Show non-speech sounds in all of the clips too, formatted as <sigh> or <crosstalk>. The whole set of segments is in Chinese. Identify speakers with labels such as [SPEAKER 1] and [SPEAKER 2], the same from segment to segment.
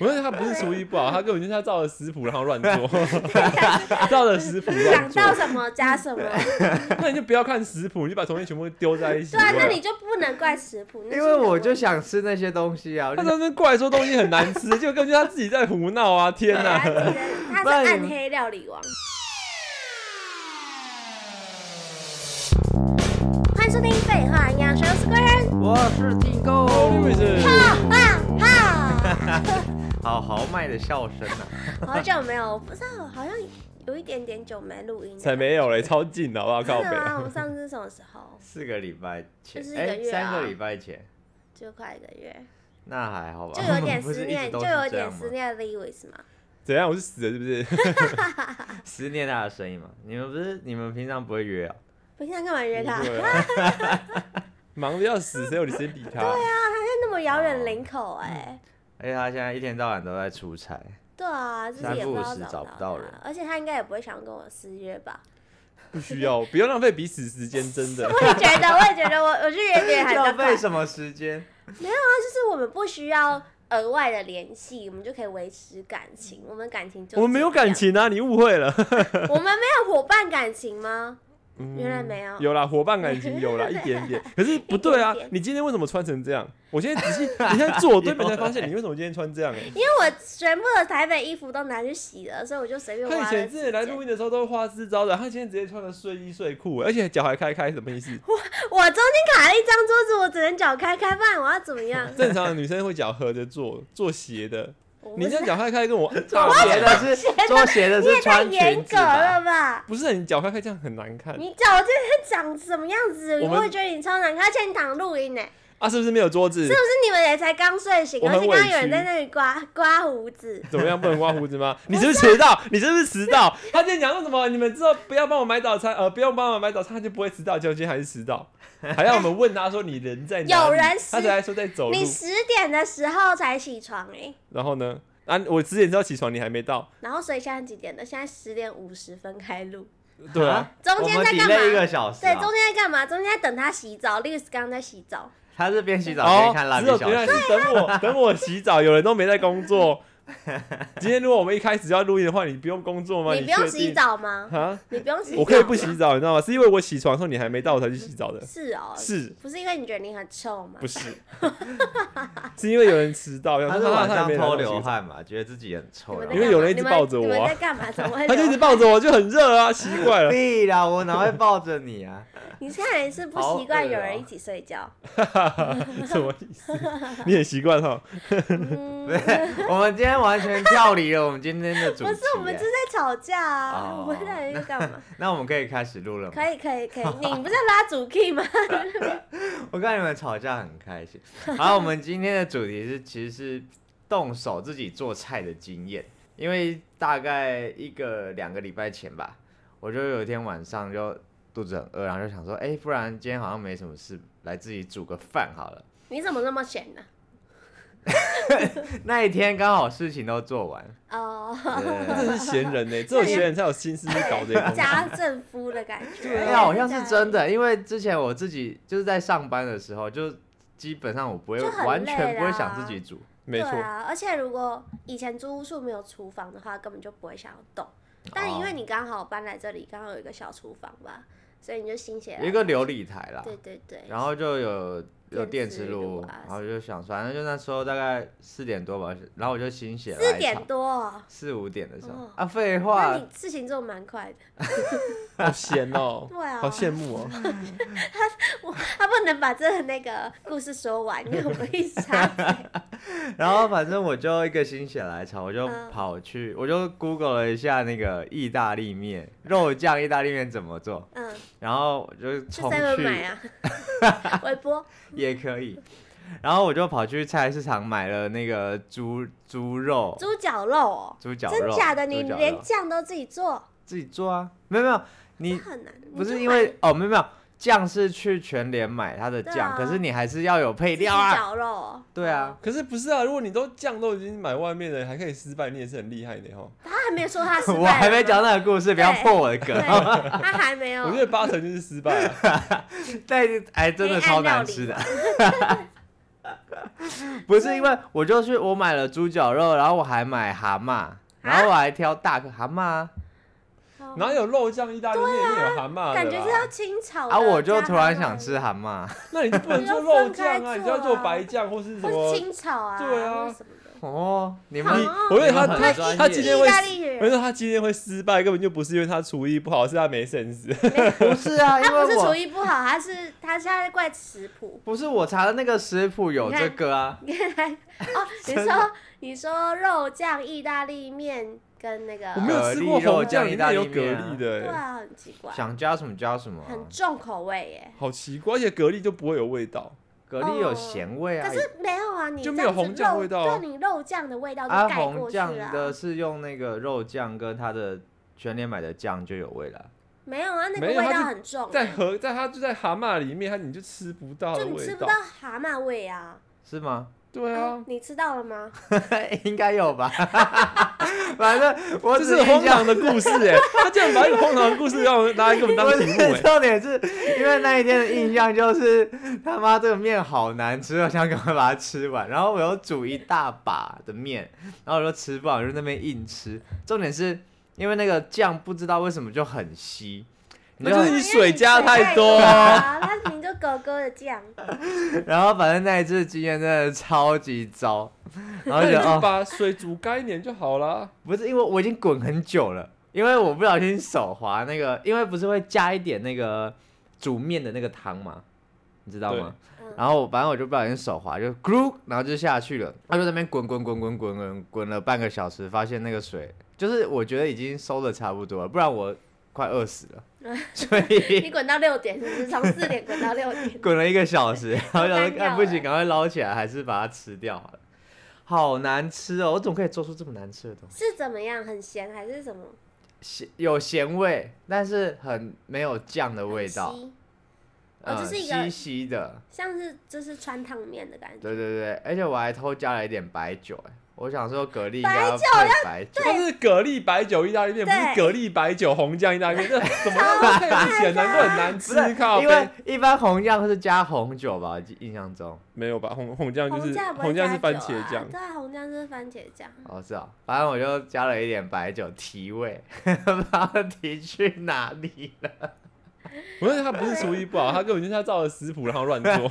[SPEAKER 1] 我说他不是厨艺不好，他根本就是他照着食谱然后乱
[SPEAKER 2] <laughs>
[SPEAKER 1] 做，照着食谱乱
[SPEAKER 2] 想
[SPEAKER 1] 做。
[SPEAKER 2] 到什么加什么。
[SPEAKER 1] 那你就不要看食谱，你就把东西全部丢在一起。
[SPEAKER 2] 对啊，那你就不能怪食谱，那
[SPEAKER 3] <laughs> 因
[SPEAKER 2] 是
[SPEAKER 3] 为我
[SPEAKER 2] 你的
[SPEAKER 3] 就
[SPEAKER 2] 问题
[SPEAKER 3] 想吃那些东西啊，我
[SPEAKER 1] 他
[SPEAKER 3] 就
[SPEAKER 1] 在那边过来说东西很难吃，就根本就他自己在胡闹啊！天哪、
[SPEAKER 2] 他是他是暗黑料理王。欢迎收听《废话营养学》，我是贵人，哦
[SPEAKER 3] 我是订购，
[SPEAKER 2] 哈哈
[SPEAKER 3] 好豪迈的笑声啊！
[SPEAKER 2] 哈！哦好久没有，不知道，好像有一点点久没录音了。
[SPEAKER 1] 才没有嘞，超近的，好不好？靠
[SPEAKER 2] 真
[SPEAKER 1] 北
[SPEAKER 2] 的吗？我们上次是什么时候？
[SPEAKER 3] 四个礼拜前
[SPEAKER 2] 就是，一个
[SPEAKER 3] 哎，
[SPEAKER 2] 月啊
[SPEAKER 3] 三个礼拜前，
[SPEAKER 2] 就快一个月，
[SPEAKER 3] 那还好吧？
[SPEAKER 2] 就有点
[SPEAKER 3] <laughs> 不是
[SPEAKER 2] 思
[SPEAKER 3] 一直
[SPEAKER 2] 念，
[SPEAKER 3] 都
[SPEAKER 2] 就是有
[SPEAKER 3] 这
[SPEAKER 2] 点
[SPEAKER 3] 样吗
[SPEAKER 2] 思念 Lewis 嘛。
[SPEAKER 1] 怎
[SPEAKER 2] 啊
[SPEAKER 1] 样？我是死了是不是？
[SPEAKER 3] 思念他的声音嘛。你们不是你们平常不会约啊？
[SPEAKER 2] 平常干嘛约他？
[SPEAKER 1] 对啊 <laughs> 忙得要死，谁有时间理他？
[SPEAKER 2] 啊那么遥
[SPEAKER 3] 哦
[SPEAKER 2] 远林口哎。
[SPEAKER 3] 而且他现在一天到晚都在出差，
[SPEAKER 2] 对啊，就是也不知道
[SPEAKER 3] 三不五时
[SPEAKER 2] 找
[SPEAKER 3] 找不到人
[SPEAKER 2] 他啊而且他应该也不会想跟我私约吧？ <laughs>
[SPEAKER 1] 不需要，不要浪费彼此时间，真的。
[SPEAKER 2] 我也觉得，我也觉得我，我去约别
[SPEAKER 1] <laughs>
[SPEAKER 2] 人还比较
[SPEAKER 3] 浪
[SPEAKER 2] 快。
[SPEAKER 3] 费
[SPEAKER 2] 就
[SPEAKER 3] 什么时间？
[SPEAKER 2] 是我们不需要额外的联系，我们就可以维持感情。我们感情就
[SPEAKER 1] 我们没有感情啊，你误会了。
[SPEAKER 2] 这样，我们没有伙伴感情吗？
[SPEAKER 1] 嗯
[SPEAKER 2] 原来没有
[SPEAKER 1] 有啦，伙伴感情有
[SPEAKER 2] <laughs>
[SPEAKER 1] 啦，一点点。可是不对啊
[SPEAKER 2] 一点点，
[SPEAKER 1] 你今天为什么穿成这样？我现在仔细，你现在坐我对面才发
[SPEAKER 2] <laughs>
[SPEAKER 1] 现，你为什么今天穿这样、欸？
[SPEAKER 2] 因为我全部的台北衣服都拿去洗了，所以我就随便
[SPEAKER 1] 他以
[SPEAKER 2] 挖
[SPEAKER 1] 前
[SPEAKER 2] 了
[SPEAKER 1] 自
[SPEAKER 2] 几
[SPEAKER 1] 己来
[SPEAKER 2] 件
[SPEAKER 1] 录。音的时候都花枝招展，他今天直接穿个睡衣睡裤，而且脚还开开，什么意
[SPEAKER 2] <laughs>
[SPEAKER 1] 思？？
[SPEAKER 2] 我中间卡了一张桌子，我只能脚开开，不然我要怎么样
[SPEAKER 1] 正常的女生会脚合着坐，坐斜的。
[SPEAKER 2] 我
[SPEAKER 1] <laughs>
[SPEAKER 2] 不
[SPEAKER 1] 你这样
[SPEAKER 2] 是
[SPEAKER 1] 脚开开跟
[SPEAKER 2] <laughs>
[SPEAKER 1] 我
[SPEAKER 3] 做鞋的是做鞋的
[SPEAKER 2] 你也
[SPEAKER 3] 是
[SPEAKER 2] 太
[SPEAKER 3] 穿
[SPEAKER 2] 严
[SPEAKER 3] 裙子
[SPEAKER 2] 格
[SPEAKER 3] 吧？
[SPEAKER 2] 了吧？
[SPEAKER 1] 不是你脚开开这样很难看
[SPEAKER 2] 你脚就是长什么样子，
[SPEAKER 1] 我
[SPEAKER 2] 我
[SPEAKER 1] 们
[SPEAKER 2] 会觉得你超难看，而且你躺录音呢、
[SPEAKER 1] 啊？是不是没有桌子
[SPEAKER 2] 是？不是你们也才刚睡醒，
[SPEAKER 1] 我
[SPEAKER 2] 而
[SPEAKER 1] 很
[SPEAKER 2] 且刚刚
[SPEAKER 1] 委
[SPEAKER 2] 有人
[SPEAKER 1] 屈
[SPEAKER 2] 在那里刮刮胡子？
[SPEAKER 1] 怎么样？不能刮胡子
[SPEAKER 2] <laughs>
[SPEAKER 1] 吗？你是不是迟到？你是不是迟到？他今天讲说什么？你们之后不要帮我买早餐，呃，不用帮我买早餐，他就不会迟到。结果今天还是迟
[SPEAKER 2] <laughs>
[SPEAKER 1] 到，还要我们问他说你人在哪里？
[SPEAKER 2] 有人是
[SPEAKER 1] 他才说在走路。
[SPEAKER 2] 你十点的时候才起床哎、
[SPEAKER 1] 然后呢？啊，我十点之后起床，你还没
[SPEAKER 2] <laughs>
[SPEAKER 1] 到。
[SPEAKER 2] 然后所以现在几点了？现在十点五十分开录。
[SPEAKER 1] 对啊，
[SPEAKER 2] 中间在干
[SPEAKER 3] 我们 delay 一
[SPEAKER 2] 嘛？
[SPEAKER 3] 个小时
[SPEAKER 2] 对，
[SPEAKER 3] 啊。
[SPEAKER 2] 中间在干嘛？中间在等他洗澡。l e w i 刚刚在洗澡，
[SPEAKER 3] 他是边洗澡边
[SPEAKER 1] 哦
[SPEAKER 3] 看蜡，笔
[SPEAKER 1] 只有
[SPEAKER 3] 小
[SPEAKER 1] 原来
[SPEAKER 3] 新。
[SPEAKER 1] 是等
[SPEAKER 2] <laughs>
[SPEAKER 1] 我等我洗澡，有人都没在工作。今天如果我们一开始要录音的话，你不用工作吗？
[SPEAKER 2] 你不用
[SPEAKER 1] 确定
[SPEAKER 2] 洗澡吗？
[SPEAKER 1] 啊？
[SPEAKER 2] 你不用洗
[SPEAKER 1] <laughs>
[SPEAKER 2] 澡？
[SPEAKER 1] 我可以不。洗澡，你知道吗？是因为我起床的时候你还没到，我才去洗澡的。
[SPEAKER 2] 是哦，
[SPEAKER 1] 是
[SPEAKER 2] 不是因为你觉得你很臭吗
[SPEAKER 1] 不？ <laughs> 是？是因为有人迟到，然
[SPEAKER 3] 他
[SPEAKER 1] 后
[SPEAKER 3] 是
[SPEAKER 1] 他
[SPEAKER 3] 晚
[SPEAKER 1] 他也没来
[SPEAKER 3] 上偷
[SPEAKER 1] 我洗
[SPEAKER 3] 流
[SPEAKER 1] 澡。
[SPEAKER 3] 汗嘛，觉得自己很
[SPEAKER 2] 你
[SPEAKER 3] 臭，
[SPEAKER 2] 们
[SPEAKER 3] 然
[SPEAKER 2] 在
[SPEAKER 3] 后
[SPEAKER 1] 因为
[SPEAKER 2] 干嘛
[SPEAKER 1] 有人一直
[SPEAKER 2] 你们
[SPEAKER 1] 抱着我啊
[SPEAKER 2] 你们在干嘛？怎么会？
[SPEAKER 1] <laughs> 他就一直抱着我，就很热啊，奇 <laughs> 怪了。
[SPEAKER 3] 必啦，我哪会抱着你啊？ <laughs>
[SPEAKER 2] 你现在是不
[SPEAKER 3] 好
[SPEAKER 2] 习惯
[SPEAKER 3] 恶
[SPEAKER 2] 有
[SPEAKER 3] 哦
[SPEAKER 2] 人一起睡
[SPEAKER 1] <laughs>
[SPEAKER 2] 觉？
[SPEAKER 1] 什么意思？ <laughs> 你很习惯哈？
[SPEAKER 2] 嗯，
[SPEAKER 3] 我们今天完全跳离了我们今天的主题啊
[SPEAKER 2] 不
[SPEAKER 3] 耶。
[SPEAKER 2] 是，我们就是在吵架啊！
[SPEAKER 3] 哦
[SPEAKER 2] 我们在那边干嘛？
[SPEAKER 3] 那我们可以开始录了吗？
[SPEAKER 2] 可以可以
[SPEAKER 3] <laughs>
[SPEAKER 2] 可以，你不是要拉主 key 吗？
[SPEAKER 3] 我看你们吵架很开心。好，我们今天的主题是，其实是动手自己做菜的经验。因为大概一个两个礼拜前吧，我就有一天晚上就肚子很饿，然后就想说，哎、不然今天好像没什么事，来自己煮个饭好了。
[SPEAKER 2] <laughs> 你怎么那么闲呢？
[SPEAKER 3] 那一天刚好事情都
[SPEAKER 2] <laughs>
[SPEAKER 3] 做完，
[SPEAKER 2] 哦，
[SPEAKER 1] 他
[SPEAKER 3] 对
[SPEAKER 1] 真的是闲人呢、只有闲人才有心思去搞这个东西。
[SPEAKER 2] 家政夫的感觉。
[SPEAKER 3] 哎、好像是真的，因为之前我自己就是在上班的时候，就基本上我不会
[SPEAKER 2] 就很
[SPEAKER 3] 完
[SPEAKER 2] 累
[SPEAKER 3] 全不会
[SPEAKER 2] 啦
[SPEAKER 3] 想自己煮，
[SPEAKER 1] 没错
[SPEAKER 2] 对，啊，而且如果以前租屋处没有厨房的话，根本就不会想要动。但
[SPEAKER 3] 哦
[SPEAKER 2] 因为你刚好搬来这里，刚好有一个小厨房吧，所以你就心血来
[SPEAKER 3] 有一个琉璃台啦，
[SPEAKER 2] 对对对，
[SPEAKER 3] 然后就有有电
[SPEAKER 2] 电
[SPEAKER 3] 磁
[SPEAKER 2] 磁炉
[SPEAKER 3] 炉，
[SPEAKER 2] 啊
[SPEAKER 3] 然后就想说，反正就那时候大概四点多吧，然后我就心血
[SPEAKER 2] 四
[SPEAKER 3] 来
[SPEAKER 2] 点
[SPEAKER 3] 潮，
[SPEAKER 2] 多哦，
[SPEAKER 3] 四五点的时候、
[SPEAKER 2] 哦
[SPEAKER 3] 啊，废
[SPEAKER 2] 那
[SPEAKER 3] 话，
[SPEAKER 2] 你事情做得蛮快的。
[SPEAKER 1] 好闲哦、
[SPEAKER 2] 对啊
[SPEAKER 1] 好羡慕哦、
[SPEAKER 2] 我他不能把这个那个故事说完，因为我们一直插嘴。
[SPEAKER 3] 然后反正我就一个心血来潮，我就
[SPEAKER 2] 嗯
[SPEAKER 3] 跑去，我就 Google 了一下那个意大利面肉酱意大利面怎么做，
[SPEAKER 2] 嗯，
[SPEAKER 3] 然后我就
[SPEAKER 2] 去
[SPEAKER 3] <laughs> 冲
[SPEAKER 2] seven
[SPEAKER 3] 去
[SPEAKER 2] 买啊， <laughs> 微波。
[SPEAKER 3] 也可以，然后我就跑去菜市场买了那个猪猪肉。
[SPEAKER 2] 猪脚肉哦，
[SPEAKER 3] 猪脚
[SPEAKER 2] 真
[SPEAKER 3] 肉，
[SPEAKER 2] 假的？你
[SPEAKER 3] 猪脚
[SPEAKER 2] 连
[SPEAKER 3] 肉
[SPEAKER 2] 酱都自己做，
[SPEAKER 3] 自己做啊？没有没有，
[SPEAKER 2] 这
[SPEAKER 3] 你
[SPEAKER 2] 很难。
[SPEAKER 3] 不
[SPEAKER 2] 你
[SPEAKER 3] 是
[SPEAKER 2] 就
[SPEAKER 3] 因为哦，没有没有，酱是去全联买它的
[SPEAKER 2] 对
[SPEAKER 3] 酱，
[SPEAKER 2] 啊
[SPEAKER 3] 可是你还是要有配
[SPEAKER 2] 买
[SPEAKER 3] 料啊。
[SPEAKER 2] 脚肉哦，
[SPEAKER 3] 对啊，
[SPEAKER 1] 可是不是啊？如果你都酱都已经买外面的，还可以失败，你也是很厉害的哈。
[SPEAKER 2] 哦他还没有
[SPEAKER 3] <laughs>
[SPEAKER 2] 说他失败了
[SPEAKER 3] 我
[SPEAKER 2] 吗
[SPEAKER 3] 还没讲那个故事，不要
[SPEAKER 2] 对
[SPEAKER 3] 破我的梗。 <laughs>
[SPEAKER 2] 对，他还没有
[SPEAKER 1] 我觉。得八成 <laughs> 就是失败、啊。
[SPEAKER 3] 但哎，真的超难吃的。 <laughs> 不是因为我就去我买了猪脚肉，然后我还买蛤蟆，然后我还挑大个蛤蟆啊，
[SPEAKER 2] 好
[SPEAKER 1] 哪有肉酱意大利面里面有蛤蟆的啦？
[SPEAKER 2] 哦感觉是要清炒的
[SPEAKER 3] 啊我就
[SPEAKER 2] 哦加
[SPEAKER 3] 突
[SPEAKER 2] 蛤
[SPEAKER 3] 然
[SPEAKER 2] 蟆
[SPEAKER 3] 想吃蛤蟆，
[SPEAKER 1] 那你就不能做肉酱啊，你就 <laughs> 要做白酱或是什
[SPEAKER 2] 或
[SPEAKER 1] 么
[SPEAKER 2] 是？清炒
[SPEAKER 3] <laughs>
[SPEAKER 2] 啊，
[SPEAKER 1] 对啊
[SPEAKER 2] 或是什么的。
[SPEAKER 3] 哦，你们
[SPEAKER 1] 你
[SPEAKER 2] 好啊
[SPEAKER 1] 我觉得他
[SPEAKER 3] 你们
[SPEAKER 1] 他
[SPEAKER 3] 很专业
[SPEAKER 1] 他今天
[SPEAKER 2] 意
[SPEAKER 1] 会
[SPEAKER 2] 大
[SPEAKER 1] 失，
[SPEAKER 2] 利
[SPEAKER 1] 我觉
[SPEAKER 2] 人，
[SPEAKER 1] 得他今天会失败，根本就不是因为他厨艺不好，是他没 <laughs> sense。
[SPEAKER 3] <laughs> 不是啊，因
[SPEAKER 2] 他不
[SPEAKER 3] 为
[SPEAKER 2] 是厨
[SPEAKER 3] 我
[SPEAKER 2] 艺不好，他是他现在怪食谱。
[SPEAKER 3] 不是我查的那个食谱有
[SPEAKER 2] 你
[SPEAKER 3] 这
[SPEAKER 2] 看
[SPEAKER 3] 个啊，
[SPEAKER 2] 哦，你
[SPEAKER 3] <laughs> 真的
[SPEAKER 2] 说你说肉酱意大利面跟那个，
[SPEAKER 1] 我没有吃过红酱里面有蛤蜊
[SPEAKER 2] 对
[SPEAKER 1] 的、欸，
[SPEAKER 2] 啊，很奇怪，
[SPEAKER 3] 想加什么加什么啊，
[SPEAKER 2] 很重口味耶。
[SPEAKER 1] 好奇怪，而且蛤蜊就不会有味道。
[SPEAKER 3] 蛤蜊有
[SPEAKER 2] 哦
[SPEAKER 3] 咸味啊
[SPEAKER 2] 可，是没有啊，你
[SPEAKER 1] 就
[SPEAKER 2] 这
[SPEAKER 1] 没有
[SPEAKER 2] 样子
[SPEAKER 1] 红酱
[SPEAKER 2] 肉
[SPEAKER 1] 味道啊
[SPEAKER 2] 对你肉酱的味道就
[SPEAKER 3] 啊
[SPEAKER 2] 盖过
[SPEAKER 3] 红
[SPEAKER 2] 去
[SPEAKER 3] 酱
[SPEAKER 2] 了啊。
[SPEAKER 3] 的是用那个肉酱跟它的全联买的酱就有味了。
[SPEAKER 2] 没有啊，那个
[SPEAKER 1] 没
[SPEAKER 2] 味
[SPEAKER 1] 有它
[SPEAKER 2] 道
[SPEAKER 1] 就
[SPEAKER 2] 很重
[SPEAKER 1] 在
[SPEAKER 2] 耶，
[SPEAKER 1] 河，在它就在蛤蟆里面，它你就吃不到
[SPEAKER 2] 就
[SPEAKER 1] 的
[SPEAKER 2] 你
[SPEAKER 1] 味
[SPEAKER 2] 吃不
[SPEAKER 1] 道
[SPEAKER 2] 到。蛤蟆味啊。
[SPEAKER 3] 是吗？ <laughs>
[SPEAKER 1] 对啊，
[SPEAKER 2] 你吃到了吗？
[SPEAKER 3] 应该有吧。 <laughs> 反正
[SPEAKER 2] 哎
[SPEAKER 3] 我
[SPEAKER 1] 这
[SPEAKER 3] 只
[SPEAKER 1] 是
[SPEAKER 3] 印
[SPEAKER 1] 荒
[SPEAKER 3] 象
[SPEAKER 1] 唐的故事哎、他竟然把一个荒唐的故事让我拿来给我们当
[SPEAKER 3] 不
[SPEAKER 1] 题
[SPEAKER 3] 是
[SPEAKER 1] 目哎、
[SPEAKER 3] 重点是因为那一天的印象就是他妈这个面好难吃，我想赶快把它吃完。然后我又煮一大把的面，然后我就吃不完，我就在那边硬吃。重点是因为那个酱不知道为什么就很稀，
[SPEAKER 1] <laughs>
[SPEAKER 3] 你
[SPEAKER 1] 那
[SPEAKER 3] 就
[SPEAKER 1] 就是你
[SPEAKER 3] 很
[SPEAKER 2] 因为
[SPEAKER 1] 水加
[SPEAKER 2] 水
[SPEAKER 1] 太
[SPEAKER 2] 太
[SPEAKER 1] 多
[SPEAKER 2] 啊，它明明就狗狗的酱，啊
[SPEAKER 3] 然后反正那一次经验真的超级糟，然
[SPEAKER 1] 那
[SPEAKER 3] 后就
[SPEAKER 1] 你
[SPEAKER 3] 觉得
[SPEAKER 1] 就
[SPEAKER 3] 哦，
[SPEAKER 1] 把水煮干一点就好啦。
[SPEAKER 3] 不是因为我已经滚很久了，因为我不小心手滑那个，因为不是会加一点那个煮面的那个汤吗？你知道吗？
[SPEAKER 2] 嗯，
[SPEAKER 3] 然后我反正我就不小心手滑，就咕，然后就下去了。他就在那边滚滚滚滚滚滚滚了半个小时，发现那个水就是我觉得已经收的差不多了，不然我快饿死了。所以
[SPEAKER 2] 你滚到六点，是不是从四点滚到
[SPEAKER 1] <laughs>
[SPEAKER 2] 六点？
[SPEAKER 3] 滚了一个小时，然后想
[SPEAKER 2] 干
[SPEAKER 3] 说
[SPEAKER 2] 掉
[SPEAKER 3] 看不
[SPEAKER 2] 了
[SPEAKER 3] 行，赶快捞起来，还是把它吃掉好了。好难吃哦！我怎么可以做出这么难吃的东西？
[SPEAKER 2] 是怎么样？很咸还是什么？
[SPEAKER 3] 咸有咸味，但是很没有酱的味道
[SPEAKER 2] 很，稀哦
[SPEAKER 3] 嗯，
[SPEAKER 2] 这是一个
[SPEAKER 3] 稀稀的。
[SPEAKER 2] 像是就是川烫面的感觉。
[SPEAKER 3] 对对对，而且我还偷加了一点白酒、哎，我想说蛤蜊应
[SPEAKER 2] 白
[SPEAKER 3] 该要配白酒，
[SPEAKER 1] 它是蛤蜊白酒意大利面，不是
[SPEAKER 2] 对
[SPEAKER 1] 蛤蜊白酒红酱意大利面，这怎么都配不起来，难怪很难
[SPEAKER 3] 不
[SPEAKER 1] 吃。靠
[SPEAKER 3] 是因为
[SPEAKER 1] 背
[SPEAKER 3] 一般红酱是加红酒吧，我记印象中。
[SPEAKER 1] 没有吧？红红酱就是
[SPEAKER 2] 红酱不会
[SPEAKER 1] 红酱
[SPEAKER 2] 加
[SPEAKER 1] 是番
[SPEAKER 2] 酒啊
[SPEAKER 1] 茄酱，
[SPEAKER 2] 对啊，红酱是番茄
[SPEAKER 1] <laughs>
[SPEAKER 2] 酱。
[SPEAKER 3] 哦，是啊、反正我就加了一点白酒提味， <laughs> 不知道提去哪里了。
[SPEAKER 1] 我觉得他不是厨艺不
[SPEAKER 2] <laughs>
[SPEAKER 1] 好，他根本就是他照着食谱然后乱做， <laughs>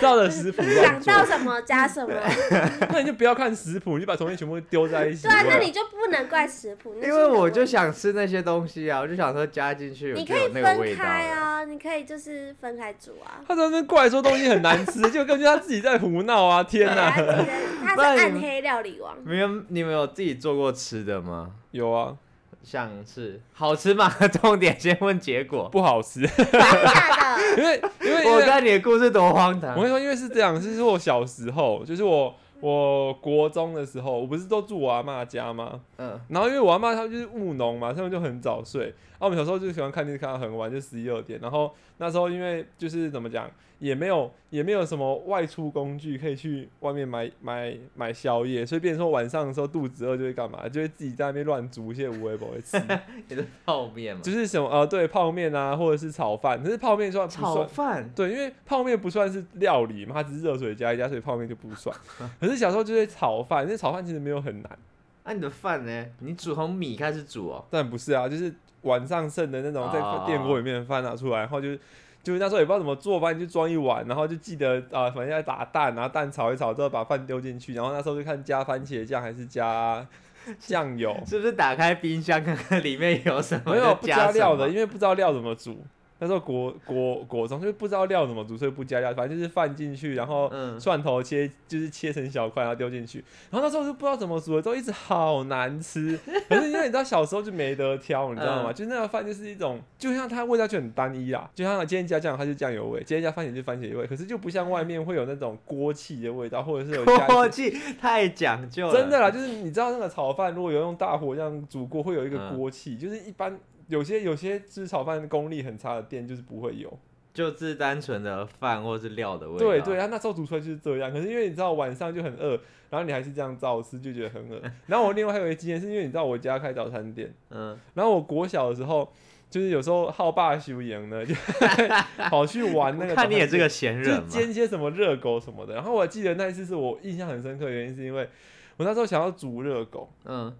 [SPEAKER 1] 照着食谱乱
[SPEAKER 2] 想
[SPEAKER 1] 做。
[SPEAKER 2] 到什么加什
[SPEAKER 1] <laughs>
[SPEAKER 2] 么，对
[SPEAKER 1] 那你就不要看食谱，你就把东西全部丢在一起。
[SPEAKER 2] 啊，那你就不能怪食谱，那是
[SPEAKER 3] 因为
[SPEAKER 2] 你的
[SPEAKER 3] 我就
[SPEAKER 2] 问题，
[SPEAKER 3] 想吃那些东西啊，我就想说加进去
[SPEAKER 2] 你
[SPEAKER 3] 就
[SPEAKER 2] 可以
[SPEAKER 3] 有那个
[SPEAKER 2] 分
[SPEAKER 3] 味道
[SPEAKER 2] 开
[SPEAKER 3] 了。
[SPEAKER 2] 啊，你可以就是分开煮
[SPEAKER 3] <laughs>
[SPEAKER 2] 啊。
[SPEAKER 1] 他在那边过来说东西很难吃，就根本就他自己在胡闹啊！天
[SPEAKER 2] 对啊
[SPEAKER 1] 哪，
[SPEAKER 2] 他是
[SPEAKER 3] 不然你
[SPEAKER 2] 暗黑料理
[SPEAKER 3] <laughs>
[SPEAKER 2] 王，
[SPEAKER 3] 没有，你们有自己做过吃的吗？
[SPEAKER 1] 有啊，
[SPEAKER 3] 像是好吃吗？ <laughs> 重点先问结果。
[SPEAKER 1] 不好吃， <laughs>
[SPEAKER 2] 真的假的？
[SPEAKER 1] 因为因为因
[SPEAKER 3] 我
[SPEAKER 1] 为
[SPEAKER 3] 看你的故事多荒唐
[SPEAKER 1] 我跟。你说，因为是这样，就是我小时候，就是我我国中的时候，我不是都住我阿妈家吗？
[SPEAKER 3] 嗯，
[SPEAKER 1] 然后因为我阿妈她就是务农嘛，他们就很早睡。然后我们小时候就喜欢看电视看到很晚，就十一二点。然后那时候因为就是怎么讲，也没有也没有什么外出工具可以去外面买买买宵夜，所以变成说晚上的时候肚子饿就会干嘛，就会自己在那边乱煮一些无为不会吃，
[SPEAKER 3] <laughs> 你的泡面嘛，
[SPEAKER 1] 就是什么呃对泡面啊，或者是炒饭。可是泡面算不
[SPEAKER 3] 炒
[SPEAKER 1] 算？
[SPEAKER 3] 饭。
[SPEAKER 1] 对，因为泡面不算是料理嘛，它只是热水加一加，所以泡面就不
[SPEAKER 3] <laughs>
[SPEAKER 1] 算。可是小时候就会炒饭，那炒饭其实没有很难，
[SPEAKER 3] 啊那、你的饭呢？你煮从米开始煮哦。
[SPEAKER 1] 但不是啊，就是晚上剩的那种在
[SPEAKER 3] 哦，
[SPEAKER 1] 电锅里面的饭拿出来，然后就就那时候也不知道怎么做，反正就装一碗，然后就记得啊、反正要打蛋，然后蛋炒一炒之后把饭丢进去，然后那时候就看加番茄酱还是 <laughs> 加酱油
[SPEAKER 3] 是不是打开冰箱看看里面有什么？
[SPEAKER 1] 哦没有
[SPEAKER 3] 就
[SPEAKER 1] 不加
[SPEAKER 3] 什么
[SPEAKER 1] 料的，因为不知道料怎么煮。那时候国国国中就是不知道料怎么煮，所以不加料，反正就是饭进去，然后
[SPEAKER 3] 嗯，
[SPEAKER 1] 蒜头切就是切成小块，然后丢进去。然后那时候就不知道怎么煮的，之后一直好难吃。 <laughs> 可是因为你知道小时候就没得挑，你知道吗？
[SPEAKER 3] 嗯
[SPEAKER 1] 就那个饭就是一种，就像它味道就很单一啦。就像今天加酱油它就酱油味，今天加番茄就番茄味，可是就不像外面会有那种锅气的味道，或者是有加一些
[SPEAKER 3] <laughs> 锅气太讲究了。
[SPEAKER 1] 真的啦，就是你知道那个炒饭，如果有用大火这样煮过，会有一个
[SPEAKER 3] 嗯
[SPEAKER 1] 锅气，就是一般。有些有些吃炒饭功力很差的店就是不会有，
[SPEAKER 3] 就是单纯的饭或是料的味道。
[SPEAKER 1] 对对，，啊他那时候煮出来就是这样。可是因为你知道晚上就很饿，然后你还是这样照吃，就觉得很饿。然后我另外还有一个经验，是因为你知道我家开早餐店，
[SPEAKER 3] 嗯，
[SPEAKER 1] 然后我国小的时候，就是有时候好霸修养呢，就 <laughs> 跑去玩
[SPEAKER 3] <laughs>
[SPEAKER 1] 那个。
[SPEAKER 3] 看你也是个闲
[SPEAKER 1] 就是
[SPEAKER 3] 人嘛，啊
[SPEAKER 1] 煎一些什么热狗什么的。然后我记得那一次是我印象很深刻，的原因是因为我那时候想要煮热狗，
[SPEAKER 3] 嗯，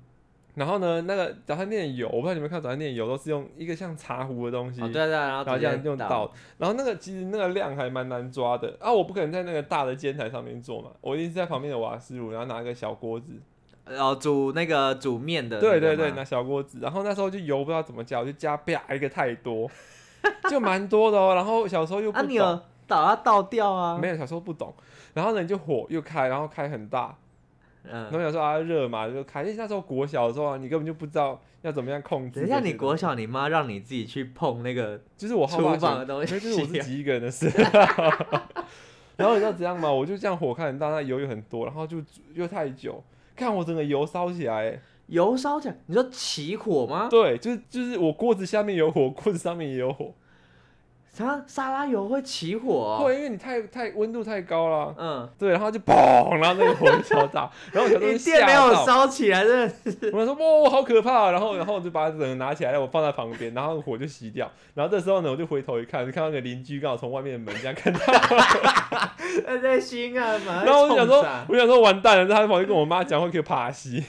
[SPEAKER 1] 然后呢，那个早餐店的油，我不知道你们有没有看到早餐店的油都是用一个像茶壶的东西。
[SPEAKER 3] 哦对啊对啊，
[SPEAKER 1] 然
[SPEAKER 3] 然后
[SPEAKER 1] 后这
[SPEAKER 3] 直接
[SPEAKER 1] 样用
[SPEAKER 3] 倒
[SPEAKER 1] 倒，然后那个其实那个量还蛮难抓的啊！我不可能在那个大的煎台上面做嘛，我一定是在旁边的瓦斯炉，然后拿一个小锅子，
[SPEAKER 3] 然后哦煮那个煮面的那个
[SPEAKER 1] 对对
[SPEAKER 3] 吗，
[SPEAKER 1] 对，拿小锅子。然后那时候就油不知道怎么加，我就加啪一个太多，就蛮多的哦。然后小时候又不
[SPEAKER 3] 啊，
[SPEAKER 1] 懂，
[SPEAKER 3] 你有倒它倒掉啊？
[SPEAKER 1] 没有小时候不懂，然后呢你就火又开，然后开很大，然
[SPEAKER 3] 嗯，
[SPEAKER 1] 后想说啊热嘛就开，因为那时候国小的时候啊，你根本就不知道要怎么样控制。
[SPEAKER 3] 等一下，你国，小你妈让你自己去碰那个，
[SPEAKER 1] 就是我好霸
[SPEAKER 3] 厨房的东西
[SPEAKER 1] 没有就是我自己一个人的
[SPEAKER 3] <laughs>
[SPEAKER 1] 事。 <laughs> 然后你知道怎样吗？我就这样火开很大，那油也很多，然后就煮又太久，看我整个油烧起来欸。
[SPEAKER 3] 油烧起来，你说起火吗？
[SPEAKER 1] 对，就是就是我锅子下面有火，锅子上面也有火，
[SPEAKER 3] 啥沙拉油会起火、哦？
[SPEAKER 1] 会因为你太太温度太高了。
[SPEAKER 3] 嗯，
[SPEAKER 1] 对，然后就砰，然后那个火就烧大， <laughs> 然后我小时候
[SPEAKER 3] 你
[SPEAKER 1] 就
[SPEAKER 3] 电
[SPEAKER 1] 吓
[SPEAKER 3] 没有
[SPEAKER 1] 到，
[SPEAKER 3] 烧起来，真的 <laughs> 是
[SPEAKER 1] 我想说哇，好可怕！啊然后，然后我就把整个拿起来，我放在旁边，然后火就熄掉。然后这时候呢，我就回头一看，就看到那个邻居刚好从外面的门这样看到，
[SPEAKER 3] 那在心啊
[SPEAKER 1] <laughs>
[SPEAKER 3] 嘛。
[SPEAKER 1] 然后我就
[SPEAKER 3] 在
[SPEAKER 1] 想
[SPEAKER 3] 冲
[SPEAKER 1] 说
[SPEAKER 3] 啥，
[SPEAKER 1] 我想说完蛋了，然后他跑去跟我妈讲，会可以爬西。